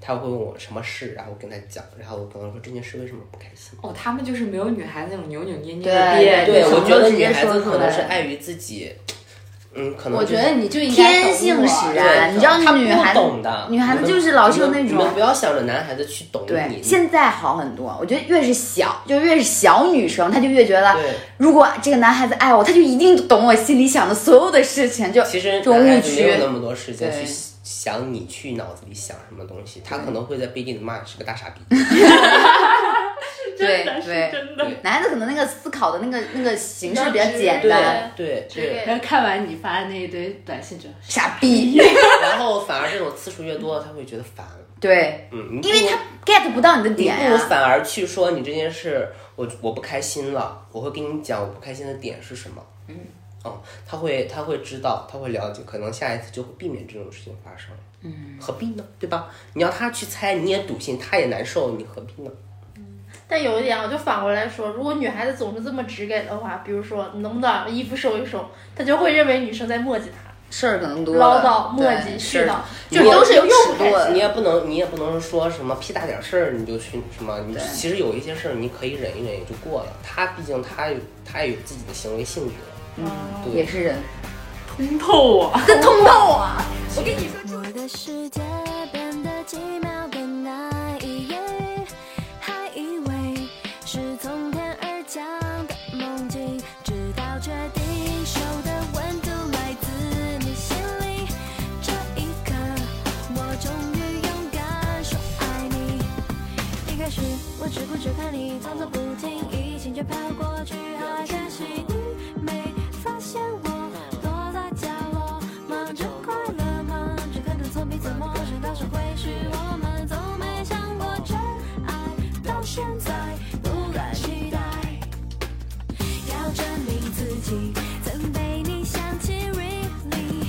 S4: 他会问我什么事，然后我跟他讲，然后我可能说这件事为什么不开心。
S5: 哦，他们就是没有女孩子那种扭扭捏捏
S1: 对
S5: 的憋
S1: 对
S5: 着。
S1: 什
S4: 我
S1: 么
S4: 觉
S1: 都
S4: 得
S1: 直
S4: 女
S1: 接
S4: 孩
S1: 说
S4: 子
S1: 出
S4: 可能
S1: 来
S4: 是碍于自己，嗯，可能
S3: 我
S4: 就
S3: 觉得
S4: 是
S3: 你就应该
S1: 天性使然，
S4: 对
S1: 你知道
S4: 他
S1: 女
S4: 不
S1: 孩子
S4: 懂的，
S1: 女孩
S4: 你
S1: 子
S4: 们
S1: 就是老是有
S4: 你们
S1: 那
S4: 你
S1: 种
S4: 们不要想着男孩子去懂
S1: 对，
S4: 你。
S1: 现在好很多。我觉得越是小，就越是小女生，她就越觉得
S4: 对，
S1: 如果这个男孩子爱我，他就一定懂我心里想的所有的事情。就
S4: 其实
S1: 这种
S4: 男孩
S1: 误
S4: 子没有
S1: 区，
S4: 那么多时间
S1: 对
S4: 去想你去脑子里想什么东西，他可能会在背地里骂你是个大傻逼。
S1: 对
S2: 真的是
S1: 对，
S2: 真的
S4: 对
S1: 男孩子可能那个思考的那个那个形式比较
S2: 比较直
S1: 简单，
S4: 对对对，
S3: 然后看完你发的那一堆短信之后，
S1: 傻 逼，
S4: 然后反而这种次数越多，他会觉得烦。
S1: 对，
S4: 嗯，
S1: 因为
S4: 你不
S1: 他 get 不到你的
S4: 你
S1: 点
S4: 不如
S1: 呀、
S4: 反而去说你这件事，我我不开心了，我会跟你讲我不开心的点是什么。嗯，哦，他会他会知道，他会了解，可能下一次就会避免这种事情发生。嗯，何必呢？对吧？你要他去猜，你也笃信，他也难受，你何必呢？
S2: 但有一点，我啊就反过来说，如果女孩子总是这么直给的话，比如说你能不能把衣服收一收，她就会认为女生在磨叽她，
S1: 事儿可能多
S2: 唠
S1: 了
S2: 叨、磨
S1: 对
S2: 叽、
S1: 事
S2: 絮
S1: 儿
S2: 叨，
S4: 你
S2: 就是
S4: 也
S2: 都是有用
S1: 尺度的
S2: 的。
S4: 你也不能，你也不能说什么屁大点事儿你就去什么，你其实有一些事儿你可以忍一忍也就过了。他毕竟他有他有自己的行为性质，
S2: 嗯
S4: 对
S1: 也是人，
S5: 通透我。
S1: 更通透啊。
S6: 我的世界变得奇妙的那一夜，还以为是从天而降的梦境，直到确定手的温度来自你心里。这一刻，我终于勇敢说爱你。一开始我只顾着看你，装作不经意，情却飘过去，后来可惜你没发现我躲在角落，忙着快乐，忙着看着错彼此陌生，到时会是我们从没想过真爱，到现在不敢期待。要证明自己曾被你想起，really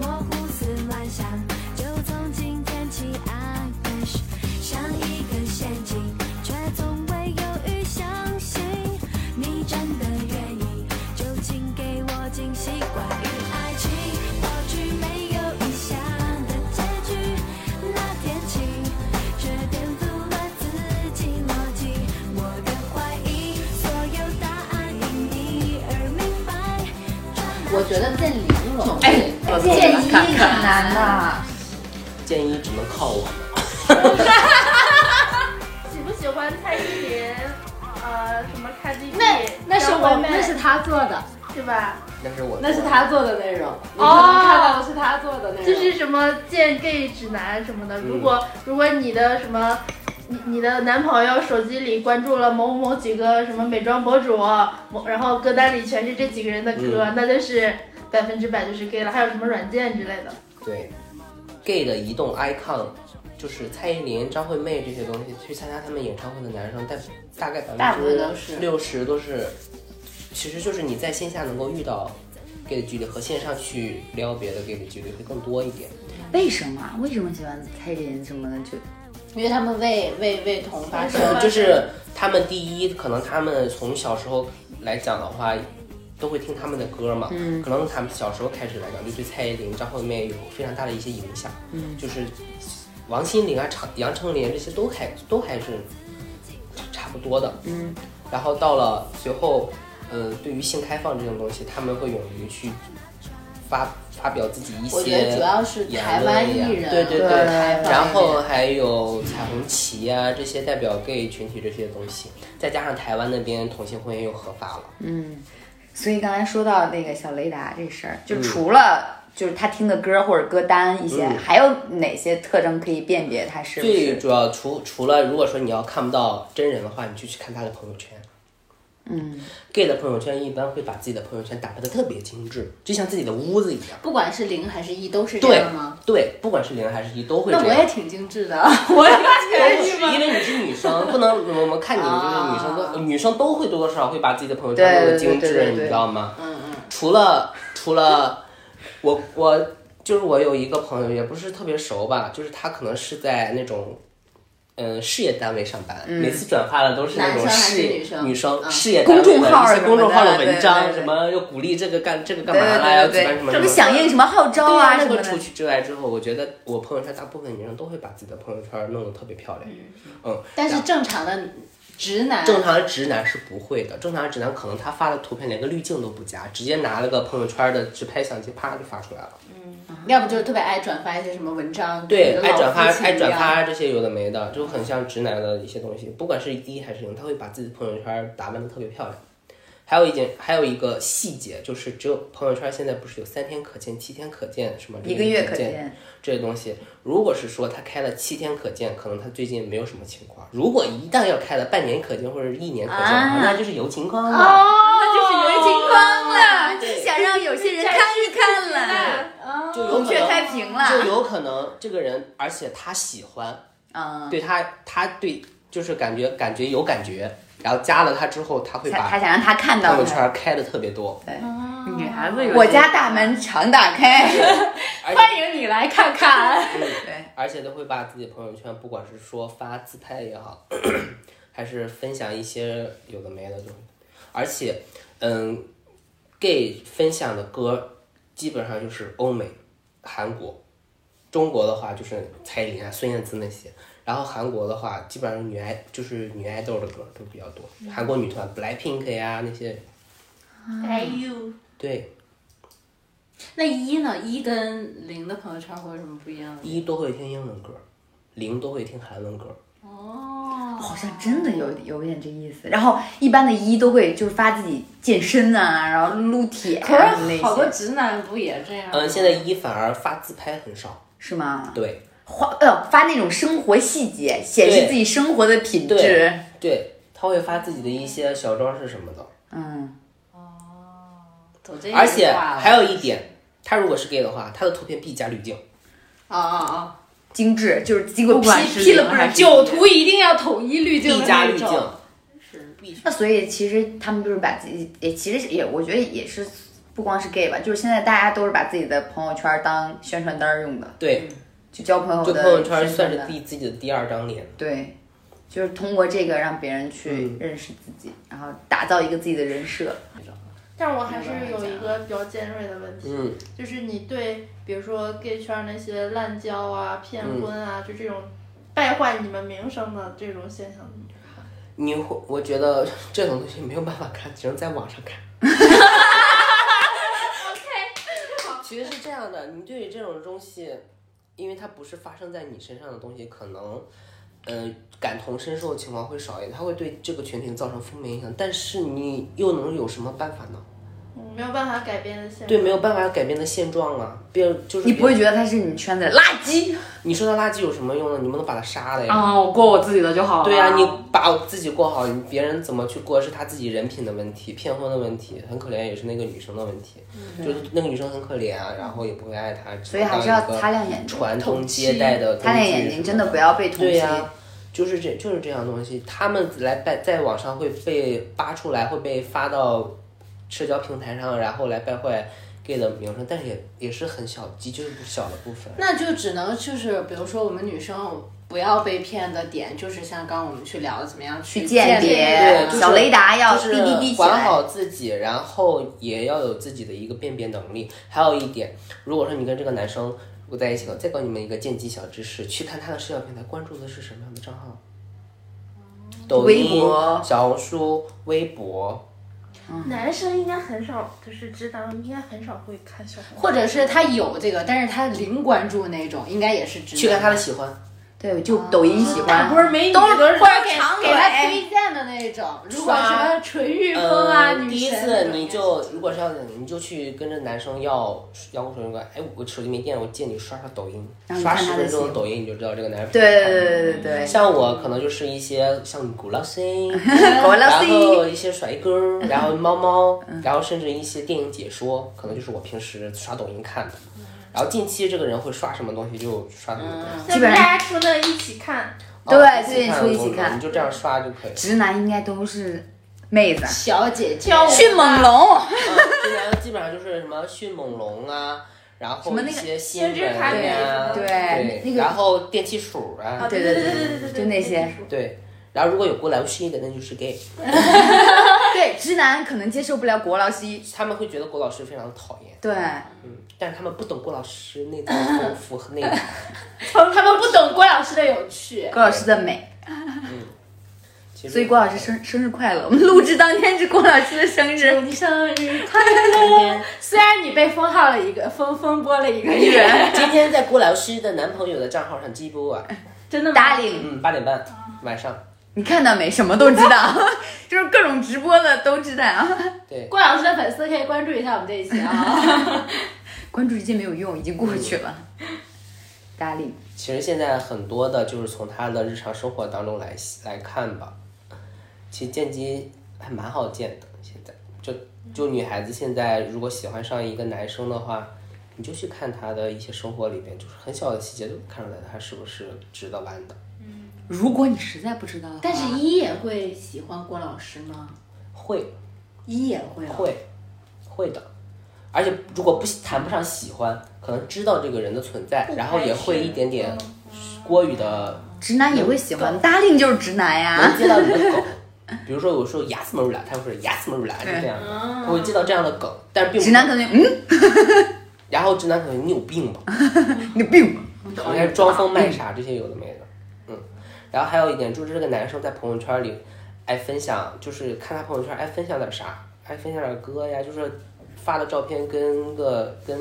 S6: 我胡思乱想，就从今天起，I wish 像一根陷阱，却从未犹豫相信你真的愿意，就请给我惊喜。关于爱情，过去没有预想的结局，那天起却颠覆了自己逻辑，我的怀疑，所有答案因你而明白。
S3: 我觉得在玲珑，
S5: 哎，我
S1: 建议
S5: 看
S1: 很
S5: 看
S1: 难呐。
S4: 建议只能靠我们。
S2: 喜不喜欢蔡依林？呃，什么 Cardi B？
S3: 那那是
S2: 张惠
S3: 我，
S2: 妹
S3: 那是他做的，
S2: 是吧？
S4: 那是我，
S3: 那是他做的内容。你可
S2: 哦
S3: 能看到的是他做的内容。
S2: 就是什么见 gay 指南什么的。如果如果你的什么，你你的男朋友手机里关注了某某几个什么美妆博主，某然后歌单里全是这几个人的歌，那就是百分之百就是 gay 了。还有什么软件之类的？
S4: 对，gay 的移动 icon 就是蔡依林、张惠妹这些东西，去参加他们演唱会的男生，大大概
S1: 大
S4: 百
S1: 部分
S4: 分之
S1: 都
S3: 是
S4: 六十都是，其实就是你在线下能够遇到 gay 的几率和线上去撩别的 gay 的几率会更多一点。
S1: 为什么啊？为什么喜欢蔡依林什么的？就
S3: 因为他们为为为同发声，
S4: 呃就是他们第一，可能他们从小时候来讲的话。都会听他们的歌嘛，可能他们小时候开始来讲，就对蔡依林、张惠妹有非常大的一些影响，就是王心凌啊、常杨丞琳这些都还都还是差不多的，嗯，然后到了随后呃，对于性开放这种东西，他们会勇于去发发表自己一些
S3: 我觉得主要是
S4: 言
S3: 台湾
S4: 论呀
S3: 艺人
S4: 对对
S1: 对
S3: 台湾
S4: 然后还有彩虹旗啊，这些代表 gay 群体这些东西，再加上台湾那边同性婚姻又合法了，
S3: 嗯
S1: 所以刚才说到那个小雷达这事儿，就除了就是他听的歌或者歌单一些，
S4: 嗯
S1: 还有哪些特征可以辨别他是不
S4: 最
S1: 是？
S4: 主要除除了如果说你要看不到真人的话，你就去看他的朋友圈。嗯，gay 的朋友圈一般会把自己的朋友圈打扮的特别精致，就像自己的屋子一样。
S3: 不管是零还是一都是这
S4: 对
S3: 样吗？
S4: 对，不管是零还是一都会这
S3: 那
S4: 样。
S3: 我也挺精 致的，我也可以吗？
S4: 因为你是女生，不能我们看 你就是女生
S3: 啊
S4: 都女生都会多多少少会把自己的朋友圈弄
S1: 对对对
S4: 得精
S1: 对对
S4: 致，
S1: 对
S4: 你知道吗？
S3: 嗯嗯，
S4: 除了除了我我就是我有一个朋友，也不是特别熟吧，就是他可能是在那种。嗯，事业单位上班，
S1: 嗯
S4: 每次转发的都是那
S3: 男
S4: 种
S3: 生还是
S4: 事业
S3: 女生嗯
S4: 事业
S1: 啊公
S4: 单位
S1: 众号
S4: 的
S1: 什
S4: 一些
S1: 么
S4: 公众号
S1: 的
S4: 的
S1: 对
S4: 文
S1: 对
S4: 章，
S1: 对
S4: 什么又鼓励这个干这个干
S1: 对
S4: 嘛啦，要
S1: 对
S4: 举办
S1: 对
S4: 什
S1: 对，什
S4: 么什
S1: 么
S4: 么
S1: 响应什么号召
S4: 对
S1: 啊什么
S4: 那个
S1: 的。
S4: 除去之外之后，我觉得我朋友圈大部分女生都会把自己的朋友圈弄得特别漂亮。嗯，
S3: 但是
S4: 然后
S3: 正常的直男，
S4: 正常的直男是不会的，正常的直男可能他发的图片连个滤镜都不加，直接拿了个朋友圈的直拍相机，啪就发出来了。
S3: 要不就是特别爱转发一些什么文章，
S4: 对，
S3: 跟
S4: 爱
S3: 老
S4: 转发
S3: 夫妻啊
S4: 爱转
S3: 一样
S4: 发这些有的没的，就很像直男的一些东西，不管是一还是零，他会把自己的朋友圈打扮的特别漂亮。还有一件，还有一个细节，就是只有朋友圈现在不是有三天可见、七天可见什么
S1: 一个月可
S4: 见
S1: 见，
S4: 这些东西，如果是说他开了七天可见，可能他最近没有什么情况；如果一旦要开了半年可见或者是一年可见的话，
S1: 啊哦
S4: 那就是有情况了。
S5: 就是有一情
S1: 光了，就是想让有些人看一看了，
S4: 就有
S1: 孔
S4: 可
S1: 雀
S4: 能，
S1: 开屏
S4: 就
S1: 了。
S4: 有可能这个人，而且他喜欢，
S1: 嗯，
S4: 对他，他对就是感觉感觉有感觉，然后加了他之后，他会
S1: 他他
S4: 把
S1: 想让他看到
S4: 朋友
S1: 他。
S4: 圈开的特别多，
S5: 女孩子有
S1: 我家大门常打开。
S4: 而且
S3: 欢迎你来看看。
S1: 对，
S4: 而且都会把自己朋友圈，不管是说发自拍也好， 还是分享一些有的没的东西，而且，嗯，gay 分享的歌基本上就是欧美、韩国，中国的话就是蔡依林啊、孙燕姿那些，然后韩国的话基本上女爱就是女爱豆的歌都比较多，韩国女团 BLACKPINK 呀那些，
S2: 哎呦，
S4: 对，
S3: 那一呢？一跟零的朋友圈会有什么不一样的？
S4: 一都会听英文歌，零都会听韩文歌，
S3: 哦，
S1: 好像真的有有点这意思。然后一般的一都会就是发自己健身啊，然后撸铁啊
S3: 可
S1: 什么那
S3: 是好多
S1: 些，
S3: 直男不也这样吗？
S4: 嗯，现在一反而发自拍很少，
S1: 是吗？
S4: 对。
S1: 花呃发那种生活细节，显示
S4: 对
S1: 自己生活的品质
S4: 对。对，他会发自己的一些小装饰什么的，
S1: 嗯，
S3: 走这一
S4: 而且
S3: 挂了
S4: 还有一点，他如果是 gay 的话，他的图片必加滤镜。
S3: 哦哦
S1: 精致就是经过
S5: 不
S1: 批
S5: 管是
S1: 批了
S5: 零
S1: 不
S5: 还
S1: 是
S3: 哦，
S5: 是
S3: 酒图一定要统一滤镜的
S4: 必
S3: 那
S4: 加滤
S3: 种
S4: 镜，
S3: 是必须。
S1: 那所以其实他们就是把自己，也其实也我觉得也是不光是 gay 吧，就是现在大家都是把自己的朋友圈当宣传单儿用的，
S4: 对，
S1: 就交朋友
S4: 就
S1: 的
S4: 朋友圈
S1: 宣
S4: 算
S1: 传
S4: 是
S1: 单
S4: 第自己的第二张脸。
S1: 对，就是通过这个让别人去
S4: 嗯
S1: 认识自己，然后打造一个自己的人设。
S2: 但是我还是有一个比较尖锐的问题，
S4: 嗯，
S2: 就是你对比如说 gay 圈那些滥交啊、骗婚啊，就这种败坏你们名声的这种现象，
S4: 你会，我觉得这种东西没有办法看，只能在网上 看。其实是这样的，你对于这种东西，因为它不是发生在你身上的东西，可能，嗯、感同身受的情况会少一点，它会对这个群体造成负面影响。但是你又能有什么办法呢？
S2: 嗯没有办法改变的现象。
S4: 对，没有办法改变的现状啊，别人就是
S1: 你不会
S4: 别
S1: 觉得他是你圈子的垃圾？
S4: 你说他垃圾有什么用呢？你不能把他杀了呀。
S3: 哦
S5: 啊，我过我自己的就好了。
S4: 对呀、你把我自己过好，你别人怎么去过是他自己人品的问题，骗婚的问题，很可怜也是那个女生的问题，就是那个女生很可怜啊，然后也不会爱他，
S1: 所以还是要擦亮眼睛，
S4: 传宗接代的
S1: 擦亮眼睛真的不要被同
S4: 对
S1: 情。
S4: 呀、就是这就是这样的东西，他们来拜在网上会被扒出来，会被发到社交平台上，然后来败坏 gay 的名声，但是也也是很小，极就是小的部分。
S3: 那就只能就是，比如说我们女生不要被骗的点，就是像刚我们去聊的，怎么样
S1: 去
S3: 去
S1: 鉴别
S4: 对就是
S1: 小雷达要
S4: 就
S1: 滴
S4: 是
S1: 滴滴起
S4: 管
S1: 来，
S4: 好自己，然后也要有自己的一个辨别能力。还有一点，如果说你跟这个男生不在一起了，再告诉你们一个见机小知识，去看他的社交平台关注的是什么样的账号，抖
S1: 微
S4: 音
S1: 博、
S4: 小红书、微博，
S2: 男生应该很少，就是直男应该很少会看小红书。
S3: 或者是他有这个，但是他零关注那种，应该也是直
S4: 去看他
S3: 的
S4: 的喜欢，
S1: 对，哎就抖音喜欢，
S2: 啊不是美女
S1: 都是
S2: 都是
S1: 或者
S2: 给
S1: 长
S3: 给他
S2: 哎
S1: 腿，
S3: 推荐的那种。如果
S4: 刷
S3: 什么纯欲风啊、女神，
S4: 嗯第一次你就如果是要你就去跟着男生要要我手机管，哎，我手机没电了，我借你刷刷抖音，
S1: 然后你
S4: 刷
S1: 看
S4: 十
S1: 他的
S4: 分
S1: 喜
S4: 钟
S1: 欢
S4: 抖音你就知道这个男人。
S1: 对对对对对
S4: 像我可能就是一些像古老星，
S1: 对，狗了
S4: 然后
S1: 西，
S4: 一些甩根儿，然后猫猫，然后甚至一些电影解说，可能就是我平时刷抖音看的。然后近期这个人会刷什么东西就刷什么东
S3: 嗯
S4: 西，
S2: 那
S1: 基本
S2: 大家
S1: 上
S2: 出来一起看，
S1: 对
S4: 哦
S1: 最近出一起看
S4: 你就这样刷就可以了。
S1: 直男应该都是妹子，啊
S3: 小姐姐
S2: 跳舞
S1: 迅猛龙，
S4: 嗯，然后基本上就是什么迅猛龙啊，然
S1: 什
S4: 后
S1: 么那
S4: 一
S1: 个
S4: 些新
S2: 星之
S4: 闻
S2: 卡比
S4: 啊，
S1: 对那个
S4: 然后电气鼠啊，
S1: 对
S2: 对
S1: 对
S2: 对对对
S1: 就那些。
S4: 对，然后如果有过来西的，那就是 gay，
S1: 对，直男可能接受不了国劳西，
S4: 他们会觉得郭老师非常的讨厌，
S1: 对，
S4: 嗯，但是他们不懂郭老师那套丰富和那个，
S3: 他们不懂郭老师的有趣。
S1: 郭老师的美，
S4: 其实
S1: 所以郭老师生生日快乐，我们录制当天是郭老师的生日，
S3: 你生日快乐！虽然你被封号了一个，封风波了一个
S1: 一
S3: 月，
S1: 人
S4: 今天在郭老师的男朋友的账号上直播啊，
S3: 真的吗？
S1: darling，
S4: 嗯，八点半晚上，
S1: 你看到没？什么都知道， 就是各种直播的都知道 啊。
S4: 对，
S3: 郭老师的粉丝可以关注一下我们这一期啊。
S1: 关注这些没有用，已经过去了。darling，
S4: 其实现在很多的就是从他的日常生活当中来来看吧，其实见机还蛮好见的。现在就就
S1: 嗯
S4: 女孩子现在如果喜欢上一个男生的话，你就去看他的一些生活里边，就是很小的细节都能看出来他是不是值得玩的。
S1: 如果你实在不知道的话，
S3: 但是一也会喜欢郭老师吗？
S4: 会
S3: 一也会、啊，
S4: 会会的，而且如果不谈不上喜欢，可能知道这个人的存在，然后也会一点点郭宇的
S1: 直男也会喜
S5: 嗯
S1: 欢，darling 就是直男呀
S4: 能。接到你的梗。比如说，我说牙齿没入啦，他会说牙齿没入啦，就这样，他会接到这样的梗，但是并不
S1: 直男可能嗯，
S4: 然后直男可能你有病吧，
S1: 你有病吧，
S4: 可能是装疯卖傻这些有的没的，嗯。然后还有一点就是这个男生在朋友圈里爱分享，就是看他朋友圈爱分享点啥，爱分享点歌呀，就是发的照片跟个跟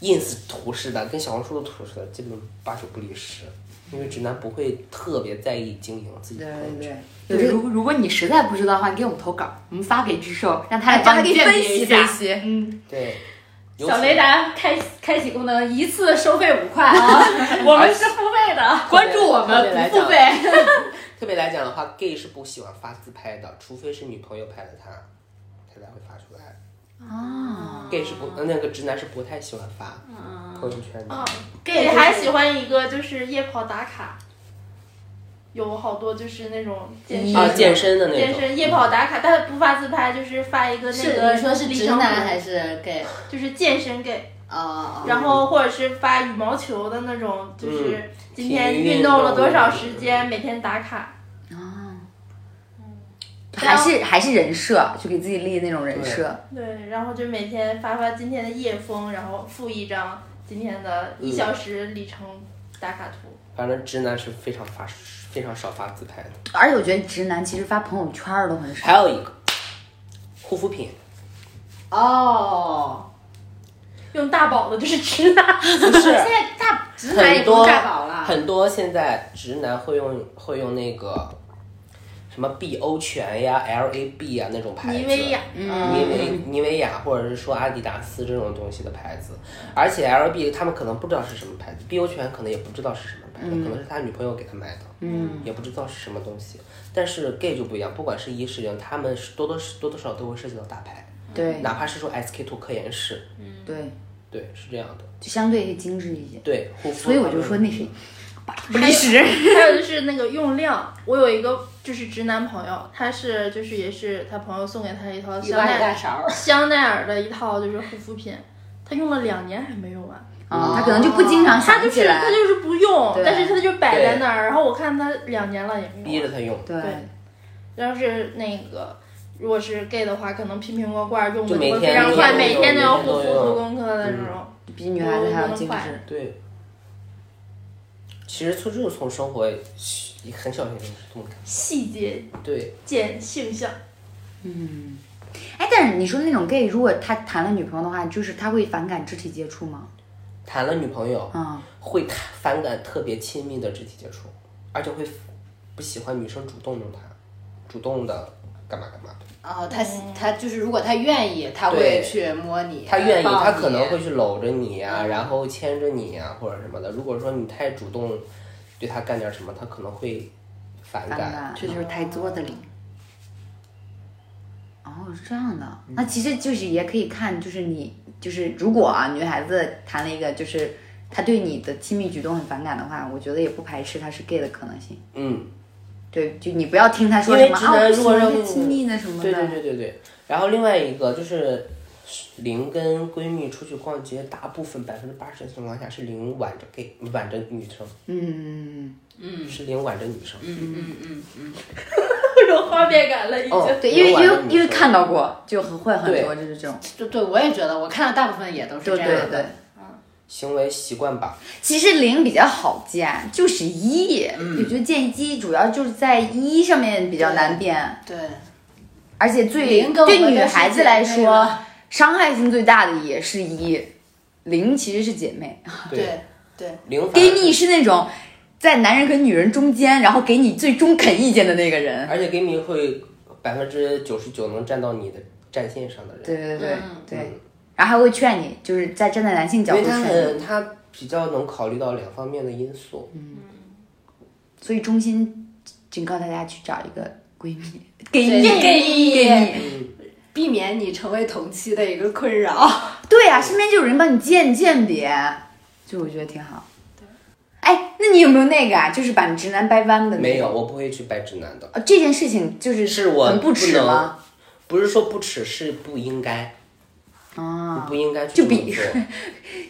S4: ins 图似的，跟小红书的图似的，基本八九不离十。因为直男不会特别在意经营自己的朋友圈，
S1: 对
S5: 对，如如果你实在不知道的话，你给我们投稿，我们发给智兽，让
S3: 哎
S5: 他来
S1: 大家
S5: 帮
S1: 可
S5: 你
S1: 以
S5: 鉴
S1: 哎分
S5: 别
S1: 析
S5: 一
S1: 分
S5: 下。
S1: 析。
S4: 对。尤
S3: 小
S4: 其
S3: 雷达开开启功能，一次收费五块啊，我们是付费的，关注
S2: 呃
S3: 我
S4: 特别来
S3: 们不
S4: 讲
S3: 付费。
S4: 特别来讲的话，gay 是不喜欢发自拍的，除非是女朋友拍的他，他才会发出来。
S2: 啊
S1: 哦，
S4: gay 是不，呃那个直男是不太喜欢发
S2: 嗯
S4: 朋友圈的。
S2: 啊给还喜欢一个就是夜跑打卡，有好多就是那种健身
S4: 啊，健身的那
S2: 健
S4: 种，
S2: 身夜跑打卡，但不发自拍，就是发一个那个
S3: 你说是直
S2: 里程
S3: 男
S2: 图
S3: 还是 gay？
S2: 就是健身 gay。
S3: 哦，
S2: 然后或者是发羽毛球的那种，就是
S4: 嗯
S2: 今天
S4: 体育运
S2: 运动了
S4: 动
S2: 多少时间，每天打卡。
S1: 还是还是人设，就给自己立那种人设。
S2: 对，然后就每天发发今天的夜风，然后附一张今天的一小时里程打卡图。
S4: 反正直男是非常发非常少发自拍的。
S1: 而且我觉得直男其实发朋友圈儿都很少。
S4: 还有一个护肤品，
S3: 哦，
S2: 用大宝的就是直男，
S4: 不是
S3: 现在大直男也
S4: 很
S3: 不用
S4: 多
S3: 盖宝了，
S4: 很多现在直男会用会用那个什么 BO 泉呀、LAB 呀啊那种牌子，
S2: 妮维雅，
S1: 嗯
S4: 妮维妮维雅或者是说阿迪达斯这种东西的牌子，而且 LB 他们可能不知道是什么牌子，碧欧泉可能也不知道是什么牌子，
S1: 嗯
S4: 可能是他女朋友给他买的，嗯，也不知道是什么东西。但是 gay 就不一样，不管是一是零，他们是多多多多少少都会涉及到大牌，
S1: 对嗯
S4: 哪怕是说 SK two 科颜氏，
S1: 对，
S4: 对，是这样的，
S1: 就相对精致一些。
S4: 对护肤。
S1: 所
S4: 啊
S1: 以我就说那谁，不离十。
S2: 还有就是那个用量。我有一个就是直男朋友，他是就是也是他朋友送给他一套
S3: 一
S2: 香
S3: 碗一
S2: 奈
S3: 大勺。
S2: 香奈儿的一套就是护肤品，他用了两年还没用完。
S1: 啊，他可能就不经常
S2: 他
S1: 想
S2: 就
S1: 起
S2: 是
S1: 来
S2: 哦他。就是不用，
S1: 对
S2: 但是他就摆在那儿。然后我看他两年了也没
S4: 逼
S2: 有
S4: 着。他用，
S1: 对，
S2: 要是那个如果是 gay 的话，可能瓶瓶罐罐用的
S4: 就每
S2: 会
S4: 天
S2: 非常快，
S4: 用
S2: 每天都要护
S4: 每
S2: 肤
S4: 天都嗯用
S2: 做功课的那种。
S1: 比女孩子还要精
S2: 我我
S1: 致。
S4: 对。其实从这种从生活很小很小就这么看，
S2: 细节
S4: 对，
S2: 见性向，
S1: 嗯，哎，但是你说那种 gay，如果他谈了女朋友的话，就是他会反感肢体接触吗？
S4: 谈了女朋友，
S1: 嗯，
S4: 会看反感特别亲密的肢体接触，而且会不喜欢女生主动弄他，主动的干嘛干嘛的。
S3: 然后哦他他就是，如果他愿意，他会
S4: 对
S3: 去摸你，
S4: 他愿意，
S3: 抱
S4: 他
S3: 你
S4: 可能会去搂着你呀、然后牵着你呀、或者什么的。如果说你太主动，对他干点什么，他可能会反
S1: 反感
S4: 感。
S7: 这就是太作的灵。
S1: 哦，是这样的，
S4: 嗯
S1: 那其实就是也可以看，就是你就是如果啊，女孩子谈了一个就是他对你的亲密举动很反感的话，我觉得也不排斥他是 gay 的可能性。
S4: 嗯，
S1: 对，就你不要听他说
S4: 因为
S1: 什么
S4: 直
S1: 啊，我
S4: 男
S1: 不
S4: 如
S1: 喜
S4: 果
S1: 欢
S4: 让
S1: 太亲密的什么的。
S4: 对对对对对。然后另外一个就是，零跟闺蜜出去逛街，大部分百分之八十的情况下是零挽着 gay 挽着女生，
S1: 嗯，
S4: 是零挽着女生。
S3: 嗯
S2: 各种画面感了已经。
S4: 哦，
S1: 对，因为
S4: 零
S1: 因
S4: 挽着
S1: 为
S4: 女
S1: 因为
S4: 生
S1: 看到过，就很会很
S4: 对
S1: 多就是这种。
S3: 就对，我也觉得，我看到大部分也都是这
S1: 对
S3: 样
S1: 对
S3: 的。
S1: 对，
S4: 行为习惯吧，
S1: 其实零比较好见，就是一，我觉得见一主要就是在一上面比较难辨。
S3: 对
S1: 而且最
S3: 零跟我们
S1: 对女
S3: 都是
S1: 孩子
S3: 姐
S1: 来
S3: 妹
S1: 说
S3: 嘛，
S1: 伤害性最大的也是一，零其实是姐妹，
S3: 对对
S4: 零反而
S1: 闺
S4: 是
S1: 蜜是那种在男人跟女人中间，然后给你最中肯意见的那个人。
S4: 而且 gay 迷会百分之九十九能站到你的战线上的人，
S1: 对对对
S3: 嗯
S1: 对，然后还会劝你，就是在站在男性角
S4: 因
S1: 度
S4: 为他
S1: 劝
S4: 很
S1: 你，
S4: 他比较能考虑到两方面的因素，
S1: 所以衷心警告大家去找一个闺蜜，给
S3: 对
S1: 你
S3: 给你
S1: 给你。
S3: 避免你成为同期的一个困扰。
S1: 对呀、身边就有人帮你鉴鉴别，就我觉得挺好。哎，那你有没有那个啊？就是把你直男掰弯的那个？
S4: 没有，我不会去掰直男的，
S1: 呃，这件事情就是
S4: 是我
S1: 很不耻
S4: 能
S1: 吗？？
S4: 不是说不耻，是不应该，
S1: 啊
S4: 不应该去
S1: 就
S4: 这么
S1: 比
S4: 做。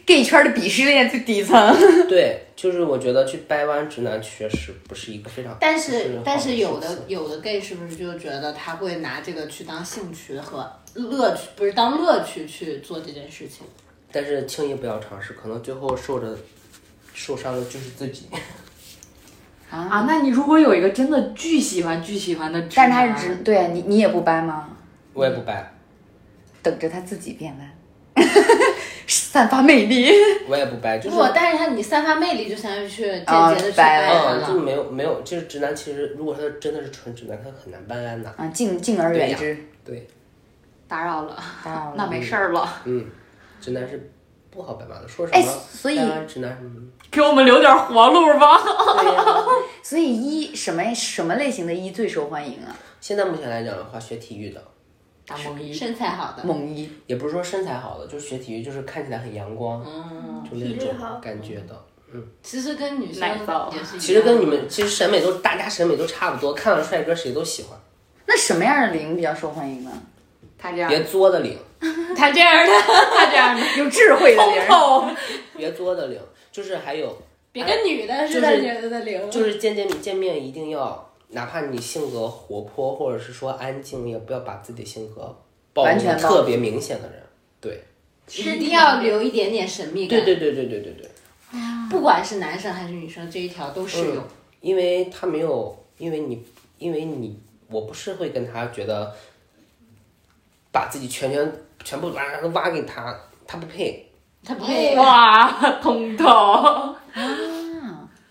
S1: ，gay 圈的鄙视链最底层。
S4: 对，就是我觉得去掰弯直男确实不是一个非常，
S3: 但
S4: 不
S3: 是
S4: 好
S3: 但是有
S4: 事
S3: 的
S4: 情
S3: 有的 gay 是不是就觉得他会拿这个去当兴趣和乐趣，不是当乐趣去做这件事情？
S4: 但是轻易不要尝试，可能最后受着受伤的就是自己。
S5: 啊，那你如果有一个真的巨喜欢巨喜欢的直
S1: 但
S5: 男，
S1: 是他是直，对啊，你你也不掰吗？
S4: 我也不掰，
S1: 等着他自己变弯， 散发魅力。
S4: 我也不掰，就是
S3: 不，但是他你散发魅力，就相当于去间
S1: 啊
S3: 接的去
S1: 掰
S3: 掰
S1: 了
S3: 他
S4: 嗯，就
S3: 了。
S4: 没有没有，就是直男其实如果他真的是纯直男，他很难办案的。
S1: 啊，敬敬而远之。
S4: 对，
S3: 打扰了，
S1: 打扰了
S3: 那没事儿了。
S4: 嗯，直男是不好办案的，说什
S1: 哎
S4: 么
S1: 所以
S4: 掰弯直男什么
S5: 给我们留点活路吧。
S1: 所以一什么什么类型的一最受欢迎啊？
S4: 现在目前来讲的话，学体育的
S5: 大梦一，
S3: 身材好的，
S1: 猛一，
S4: 也不是说身材好的，就是学体育就是看起来很阳光，
S3: 嗯
S4: 就那
S2: 体力好
S4: 种感觉的。
S3: 其实跟女生
S5: 奶皂
S3: 也是一样。
S4: 其实跟你们其实审美都大家审美都差不多，看到帅哥谁都喜欢，
S1: 那什么样的零比较受欢迎呢？
S5: 他这样，
S4: 别作的领，
S5: 他这样的，他这样的，
S1: 有智慧的 零。
S4: 别作的领，就是还有
S3: 别跟女的似
S4: 就
S3: 的，
S4: 是
S3: 觉得的灵。
S4: 就是见见见面一定要，哪怕你性格活泼或者是说安静，也不要把自己的性格暴
S1: 完
S4: 露
S1: 全
S4: 得
S1: 暴露
S4: 特别明显的人。对，
S3: 一定要留一点点神秘感。
S4: 对对对对对对对，
S3: 不管是男生还是女生，这一条都适用。
S4: 因为他没有，因为你，因为你，我不是会跟他觉得，把自己全全全部挖挖给他，他不配。
S3: 他不会，
S5: 哇，通透。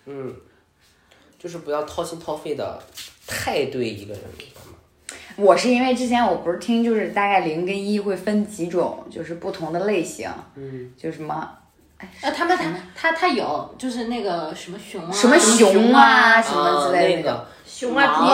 S4: 嗯，就是不要掏心掏肺的太对一个人了，知道吗？
S1: 我是因为之前我不是听，就是大概零跟一会分几种，就是不同的类型，
S4: 嗯，
S1: 就什么
S3: 呃，他们他他他有，就是那个什么熊啊，
S1: 什么熊啊，
S3: 啊，
S1: 什么之类的那
S4: 那
S1: 种。
S4: 个，
S2: 熊啊，
S5: 啊
S3: 你
S2: 皮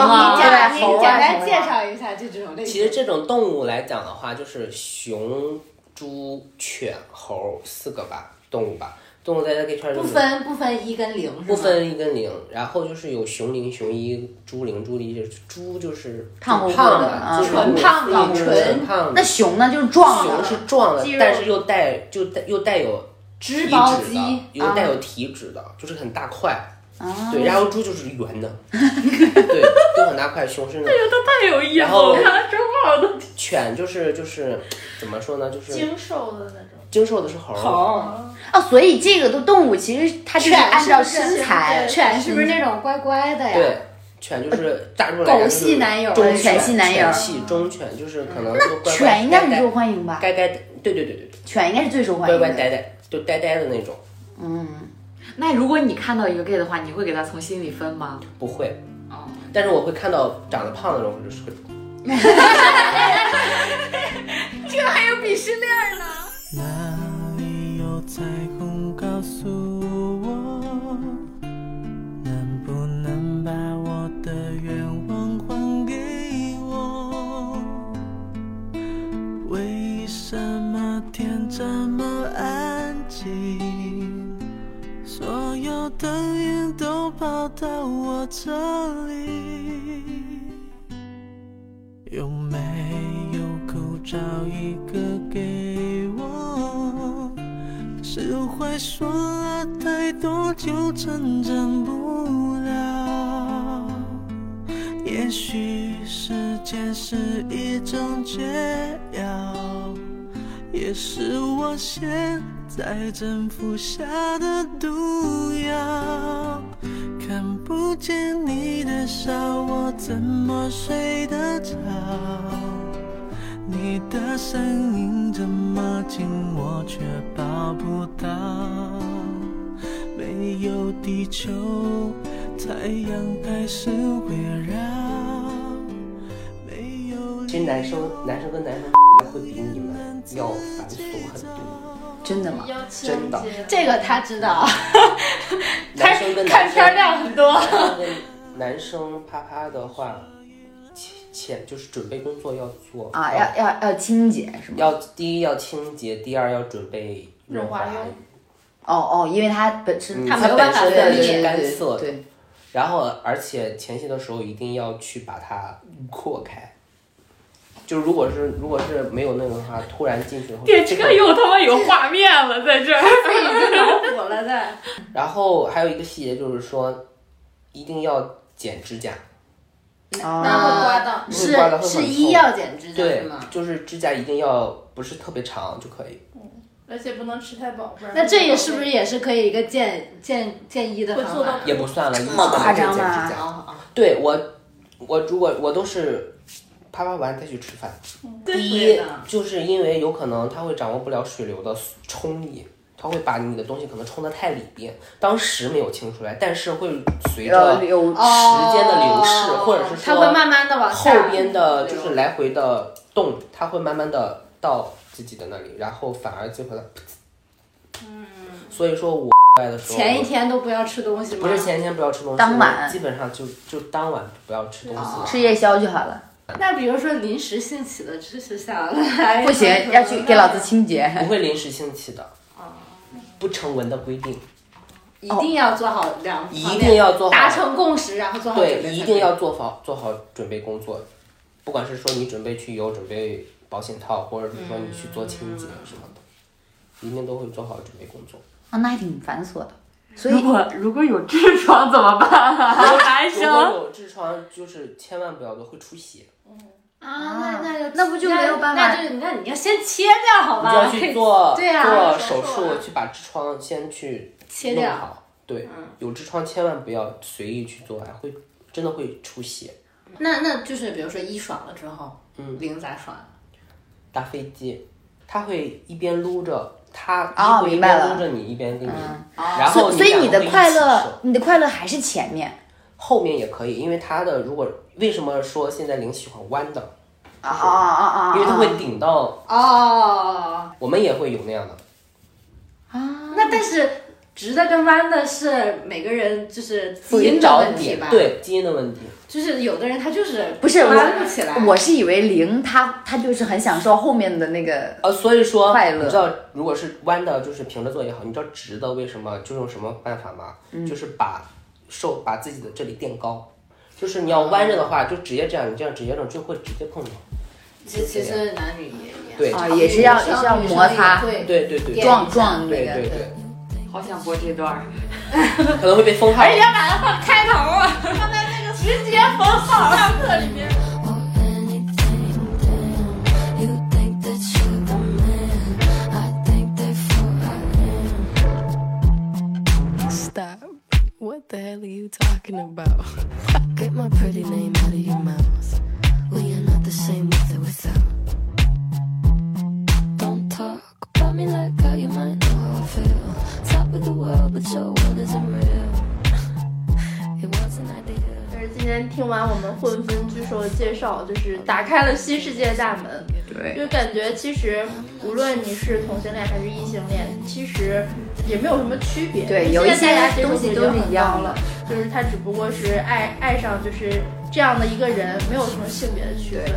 S1: 对
S3: 你
S1: 啊
S3: 简
S1: 猴
S3: 你
S1: 啊
S3: 简单
S1: 什么的
S3: 介绍一下这种类型。
S4: 其实这种动物来讲的话，就是熊、猪、犬、猴四个吧，动物吧，动物在这个圈儿
S3: 不
S4: 就是
S3: 分不分一跟零，是吗
S4: 不。分一跟零，然后就是有熊零、熊一、猪零、猪一，就是猪就是
S1: 胖乎
S4: 就
S1: 乎
S4: 胖
S1: 的
S4: 的，
S1: 啊
S4: 就是
S3: 纯胖的
S4: 胖
S3: 纯
S4: 胖
S1: 那
S4: 的。
S1: 熊呢，就是壮
S4: 熊
S1: 的，
S4: 是壮的
S2: 肌，肉
S4: 但是又带就带又带有体
S3: 织
S4: 脂
S3: 包
S4: 的
S3: 机，
S4: 又带有体脂的，就是很大块。对，然后猪就是圆的，对，都很大块。熊是那种
S5: 太有意
S4: 然后
S2: 啊
S5: 他真好的。
S4: 犬，就是就是怎么说呢，就是
S2: 精瘦的那种。
S4: 精瘦的是猴儿，
S3: 猴
S1: 哦，所以这个的动物其实它就是
S3: 犬
S1: 按照
S3: 是不是
S1: 身材，
S3: 犬是不是那种乖乖的呀？
S4: 对，犬就是大众来讲就是
S7: 狗系男友
S4: 忠
S1: 还是犬
S4: 犬
S1: 系男友
S4: 犬系忠犬就是可能就乖乖
S1: 犬应该很
S4: 呆
S1: 受
S4: 呆
S1: 欢迎吧？
S4: 该该对对对对对，
S1: 犬应该是最受欢
S4: 乖
S1: 迎
S4: 乖
S1: 的。
S4: 呆呆就呆呆的那种，
S5: 那如果你看到一个 gay 的话，你会给他从心里分吗？
S4: 不会。
S5: 哦，
S4: 但是我会看到长得胖的人，我就是会
S8: 哪里有彩虹？告诉我，能不能把我的愿望还给我？为什么天这么安静？所有的云都跑到我这里。有没有口罩一个给我？释怀说了太多就成长不了。也许时间是一种解药，也是我现在正服下的毒药。看不见你的笑，我怎么睡得着？你的声音这么近，我却抱不到。没有地球，太阳还是围绕。没有
S4: 其实男生男生跟男生会比你们要繁琐很多，
S1: 真的吗？
S2: 要情
S4: 真的
S2: 节
S3: 这个他知道，
S4: 男生跟
S3: 看
S4: 男
S3: 片儿
S4: 生
S3: 量很多。
S4: 男生跟男生啪啪的话，前前就是准备工作要做
S1: 啊，要要要清洁是吗？
S4: 要第一要清洁，第二要准备润滑
S2: 润滑油
S1: 哦哦，因为它本身
S4: 嗯
S1: 它
S4: 它
S1: 有办法
S4: 本身
S1: 分
S4: 的
S1: 泌
S4: 干涩
S1: 对，
S4: 然后而且前戏的时候一定要去把它扩开。就如果是如果是没有那个的话，突然进去的话，
S5: 电
S4: 这
S5: 车
S4: 个
S5: 又他妈有画面了，在这儿。
S3: 补了的，
S4: 然后还有一个细节就是说，一定要剪指甲，
S1: 啊，
S3: 那会刮到，
S4: 会刮到会
S3: 是是
S4: 很痛
S3: 医药剪指甲是
S4: 对
S3: 吗？，
S4: 就是指甲一定要不是特别长就可以。
S2: 而且不能吃太饱，不然
S3: 那这也是不是也是可以一个建建建医的
S2: 会
S3: 方
S2: 做
S3: 法
S2: 到？
S4: 也不算了，这
S1: 么夸张吗
S4: 剪指甲。
S3: 哦哦，
S4: 对我，我如果我都是啪啪完再去吃饭。第
S3: 会
S4: 一
S3: 的，
S4: 就是因为有可能它会掌握不了水流的冲力。它会把你的东西可能冲得太里边，当时没有清出来，但是会随着
S1: 要
S4: 时
S1: 有
S4: 间的流逝，
S3: 哦
S4: 或者是
S3: 它
S4: 说
S3: 会慢慢的往
S4: 后
S3: 下
S4: 边的就
S3: 流
S4: 是来回的动，它会慢慢的到自己的那里，然后反而最后它，嗯，所以说我外的时候，
S3: 前一天都不要吃东西吗？
S4: 不是前一天不要吃东西，
S1: 当晚
S4: 基本上就就当晚不要吃东
S3: 哦
S4: 西，
S1: 吃夜宵就好了。
S3: 那比如说临时兴起的知识 下来，
S1: 不行，要去给老子清洁。
S4: 不会临时兴起的，不成文的规定，
S3: 一定要做好两方面，
S4: 一定要做好
S3: 达成共识，然后做好准备才啊
S4: 对，
S3: 可以
S4: 一定要做好做好准备工作，不管是说你准备去油，准备保险套，或者是说你去做清洁什么
S3: 嗯
S4: 的，一定都会做好准备工作。
S1: 啊，那还挺繁琐的。所
S5: 如
S1: 以
S5: 果如果有痔疮怎么办啊？男
S4: 如果
S5: 生，
S4: 有痔疮，就是千万不要做，会出血。
S3: 啊，那那就
S1: 那不就没有办法
S3: 那就是那你要先切掉好
S4: 你
S3: 吧？
S4: 就要去做
S3: 对啊，
S4: 做手
S2: 手术啊
S4: 术，去把痔疮先去
S3: 切
S4: 弄
S3: 掉
S4: 好。对，有痔疮千万不要随意去做啊，会真的会出血。
S3: 那那就是比如说一爽了之后，
S4: 嗯
S3: 零咋爽？
S4: 打飞机，他会一边撸着他，
S1: 哦
S4: 衣服一
S1: 明白了
S4: 边撸着你，一边跟你，然后
S1: 所所以
S4: 俩
S1: 你
S4: 会
S1: 的
S4: 一
S1: 快
S4: 起
S1: 乐
S4: 受，
S1: 你的快乐还是前面
S4: 后面也可以，因为他的如果为什么说现在零喜欢弯的，
S1: 啊啊啊啊！
S4: 因为他会顶到，
S3: 哦，
S4: 我们也会有那样的。
S3: 那但是直的跟弯的是每个人就是基因的
S4: 找
S3: 问题
S4: 点
S3: 吧？，
S4: 对基因的问题，
S3: 就是有的人他就是
S1: 不是
S3: 弯不起来
S1: 我，，我是以为零他他就是很享受后面的那个
S4: 呃，所以说
S1: 快乐
S4: 你知道，如果是弯的，就是平着做也好，你知道直的为什么就用什么办法吗？
S1: 嗯
S4: 就是把手把自己的这里垫高，就是你要弯着的话，就直接这样，你这样直接这样就会直接碰到。
S3: 其其实男女也一样。
S4: 对，
S1: 啊，也是要也
S3: 女生
S1: 是要
S3: 女生
S1: 摩
S3: 也
S1: 擦
S3: 会
S4: 对对对，
S1: 撞撞那
S4: 对
S1: 个
S4: 对。对，
S5: 好想播这段儿。
S4: 可能会被封号。
S6: or anything that you think that you're the man. I think they forgot.
S8: Stop. What the hell are you talking about?
S6: Get my pretty
S2: 介绍，就是打开了新世界大门。
S1: 对，
S2: 就感觉其实无论你是同性恋还是异性恋，其实也没有什么区别。
S1: 对
S2: 因
S1: 有
S2: 为
S1: 一
S2: 现在
S1: 些
S2: 大家接受
S1: 东西
S2: 度已
S1: 都
S2: 经
S1: 是
S2: 很
S1: 一样
S2: 高
S1: 的
S2: 了，就是他只不过是爱爱上就是这样的一个人，没有什么性别的区分
S1: 对。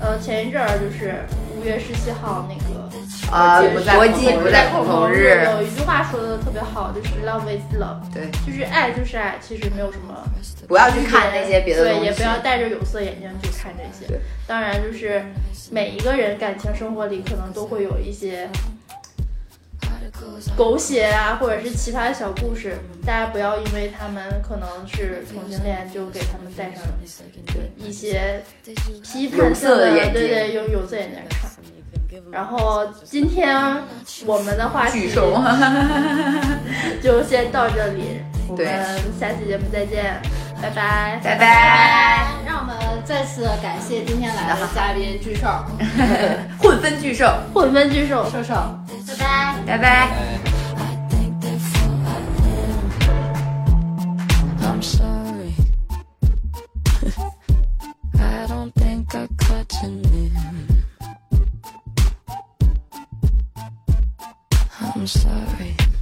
S2: 呃，前一阵儿就是五月十七号那个
S1: 啊，
S2: 就是
S1: 国际
S2: 不
S1: 不
S2: 在
S1: 在
S2: 共
S1: 共
S2: 同
S1: 同
S2: 日
S1: 日，
S2: 有一句话说的特别好，就是 love is love，
S1: 对，
S2: 就是爱就是爱，其实没有什么
S1: 不要去看那些别的东
S2: 对，也
S1: 西，
S2: 不要戴着有色眼镜去看这些
S1: 对。
S2: 当然，就是每一个人感情生活里可能都会有一些狗血啊，或者是其他小故事，大家不要因为他们可能是同性恋就给他们戴上一些批判
S1: 有
S2: 性
S1: 色
S2: 的
S1: 的眼镜
S2: 对对，用有色眼镜看。然后今天我们的话题
S1: 举手。
S2: 就先到这里，我们
S1: 对
S2: 下期节目再见，拜拜，
S1: 拜拜，
S3: 让我们再次感谢今天来的嘉宾巨兽，
S1: 混分巨兽，
S2: 混分巨兽。
S3: 兽兽，
S6: 拜拜。
S1: 拜拜。
S7: I'm sorry. I don't think I caught your name. I'm sorry.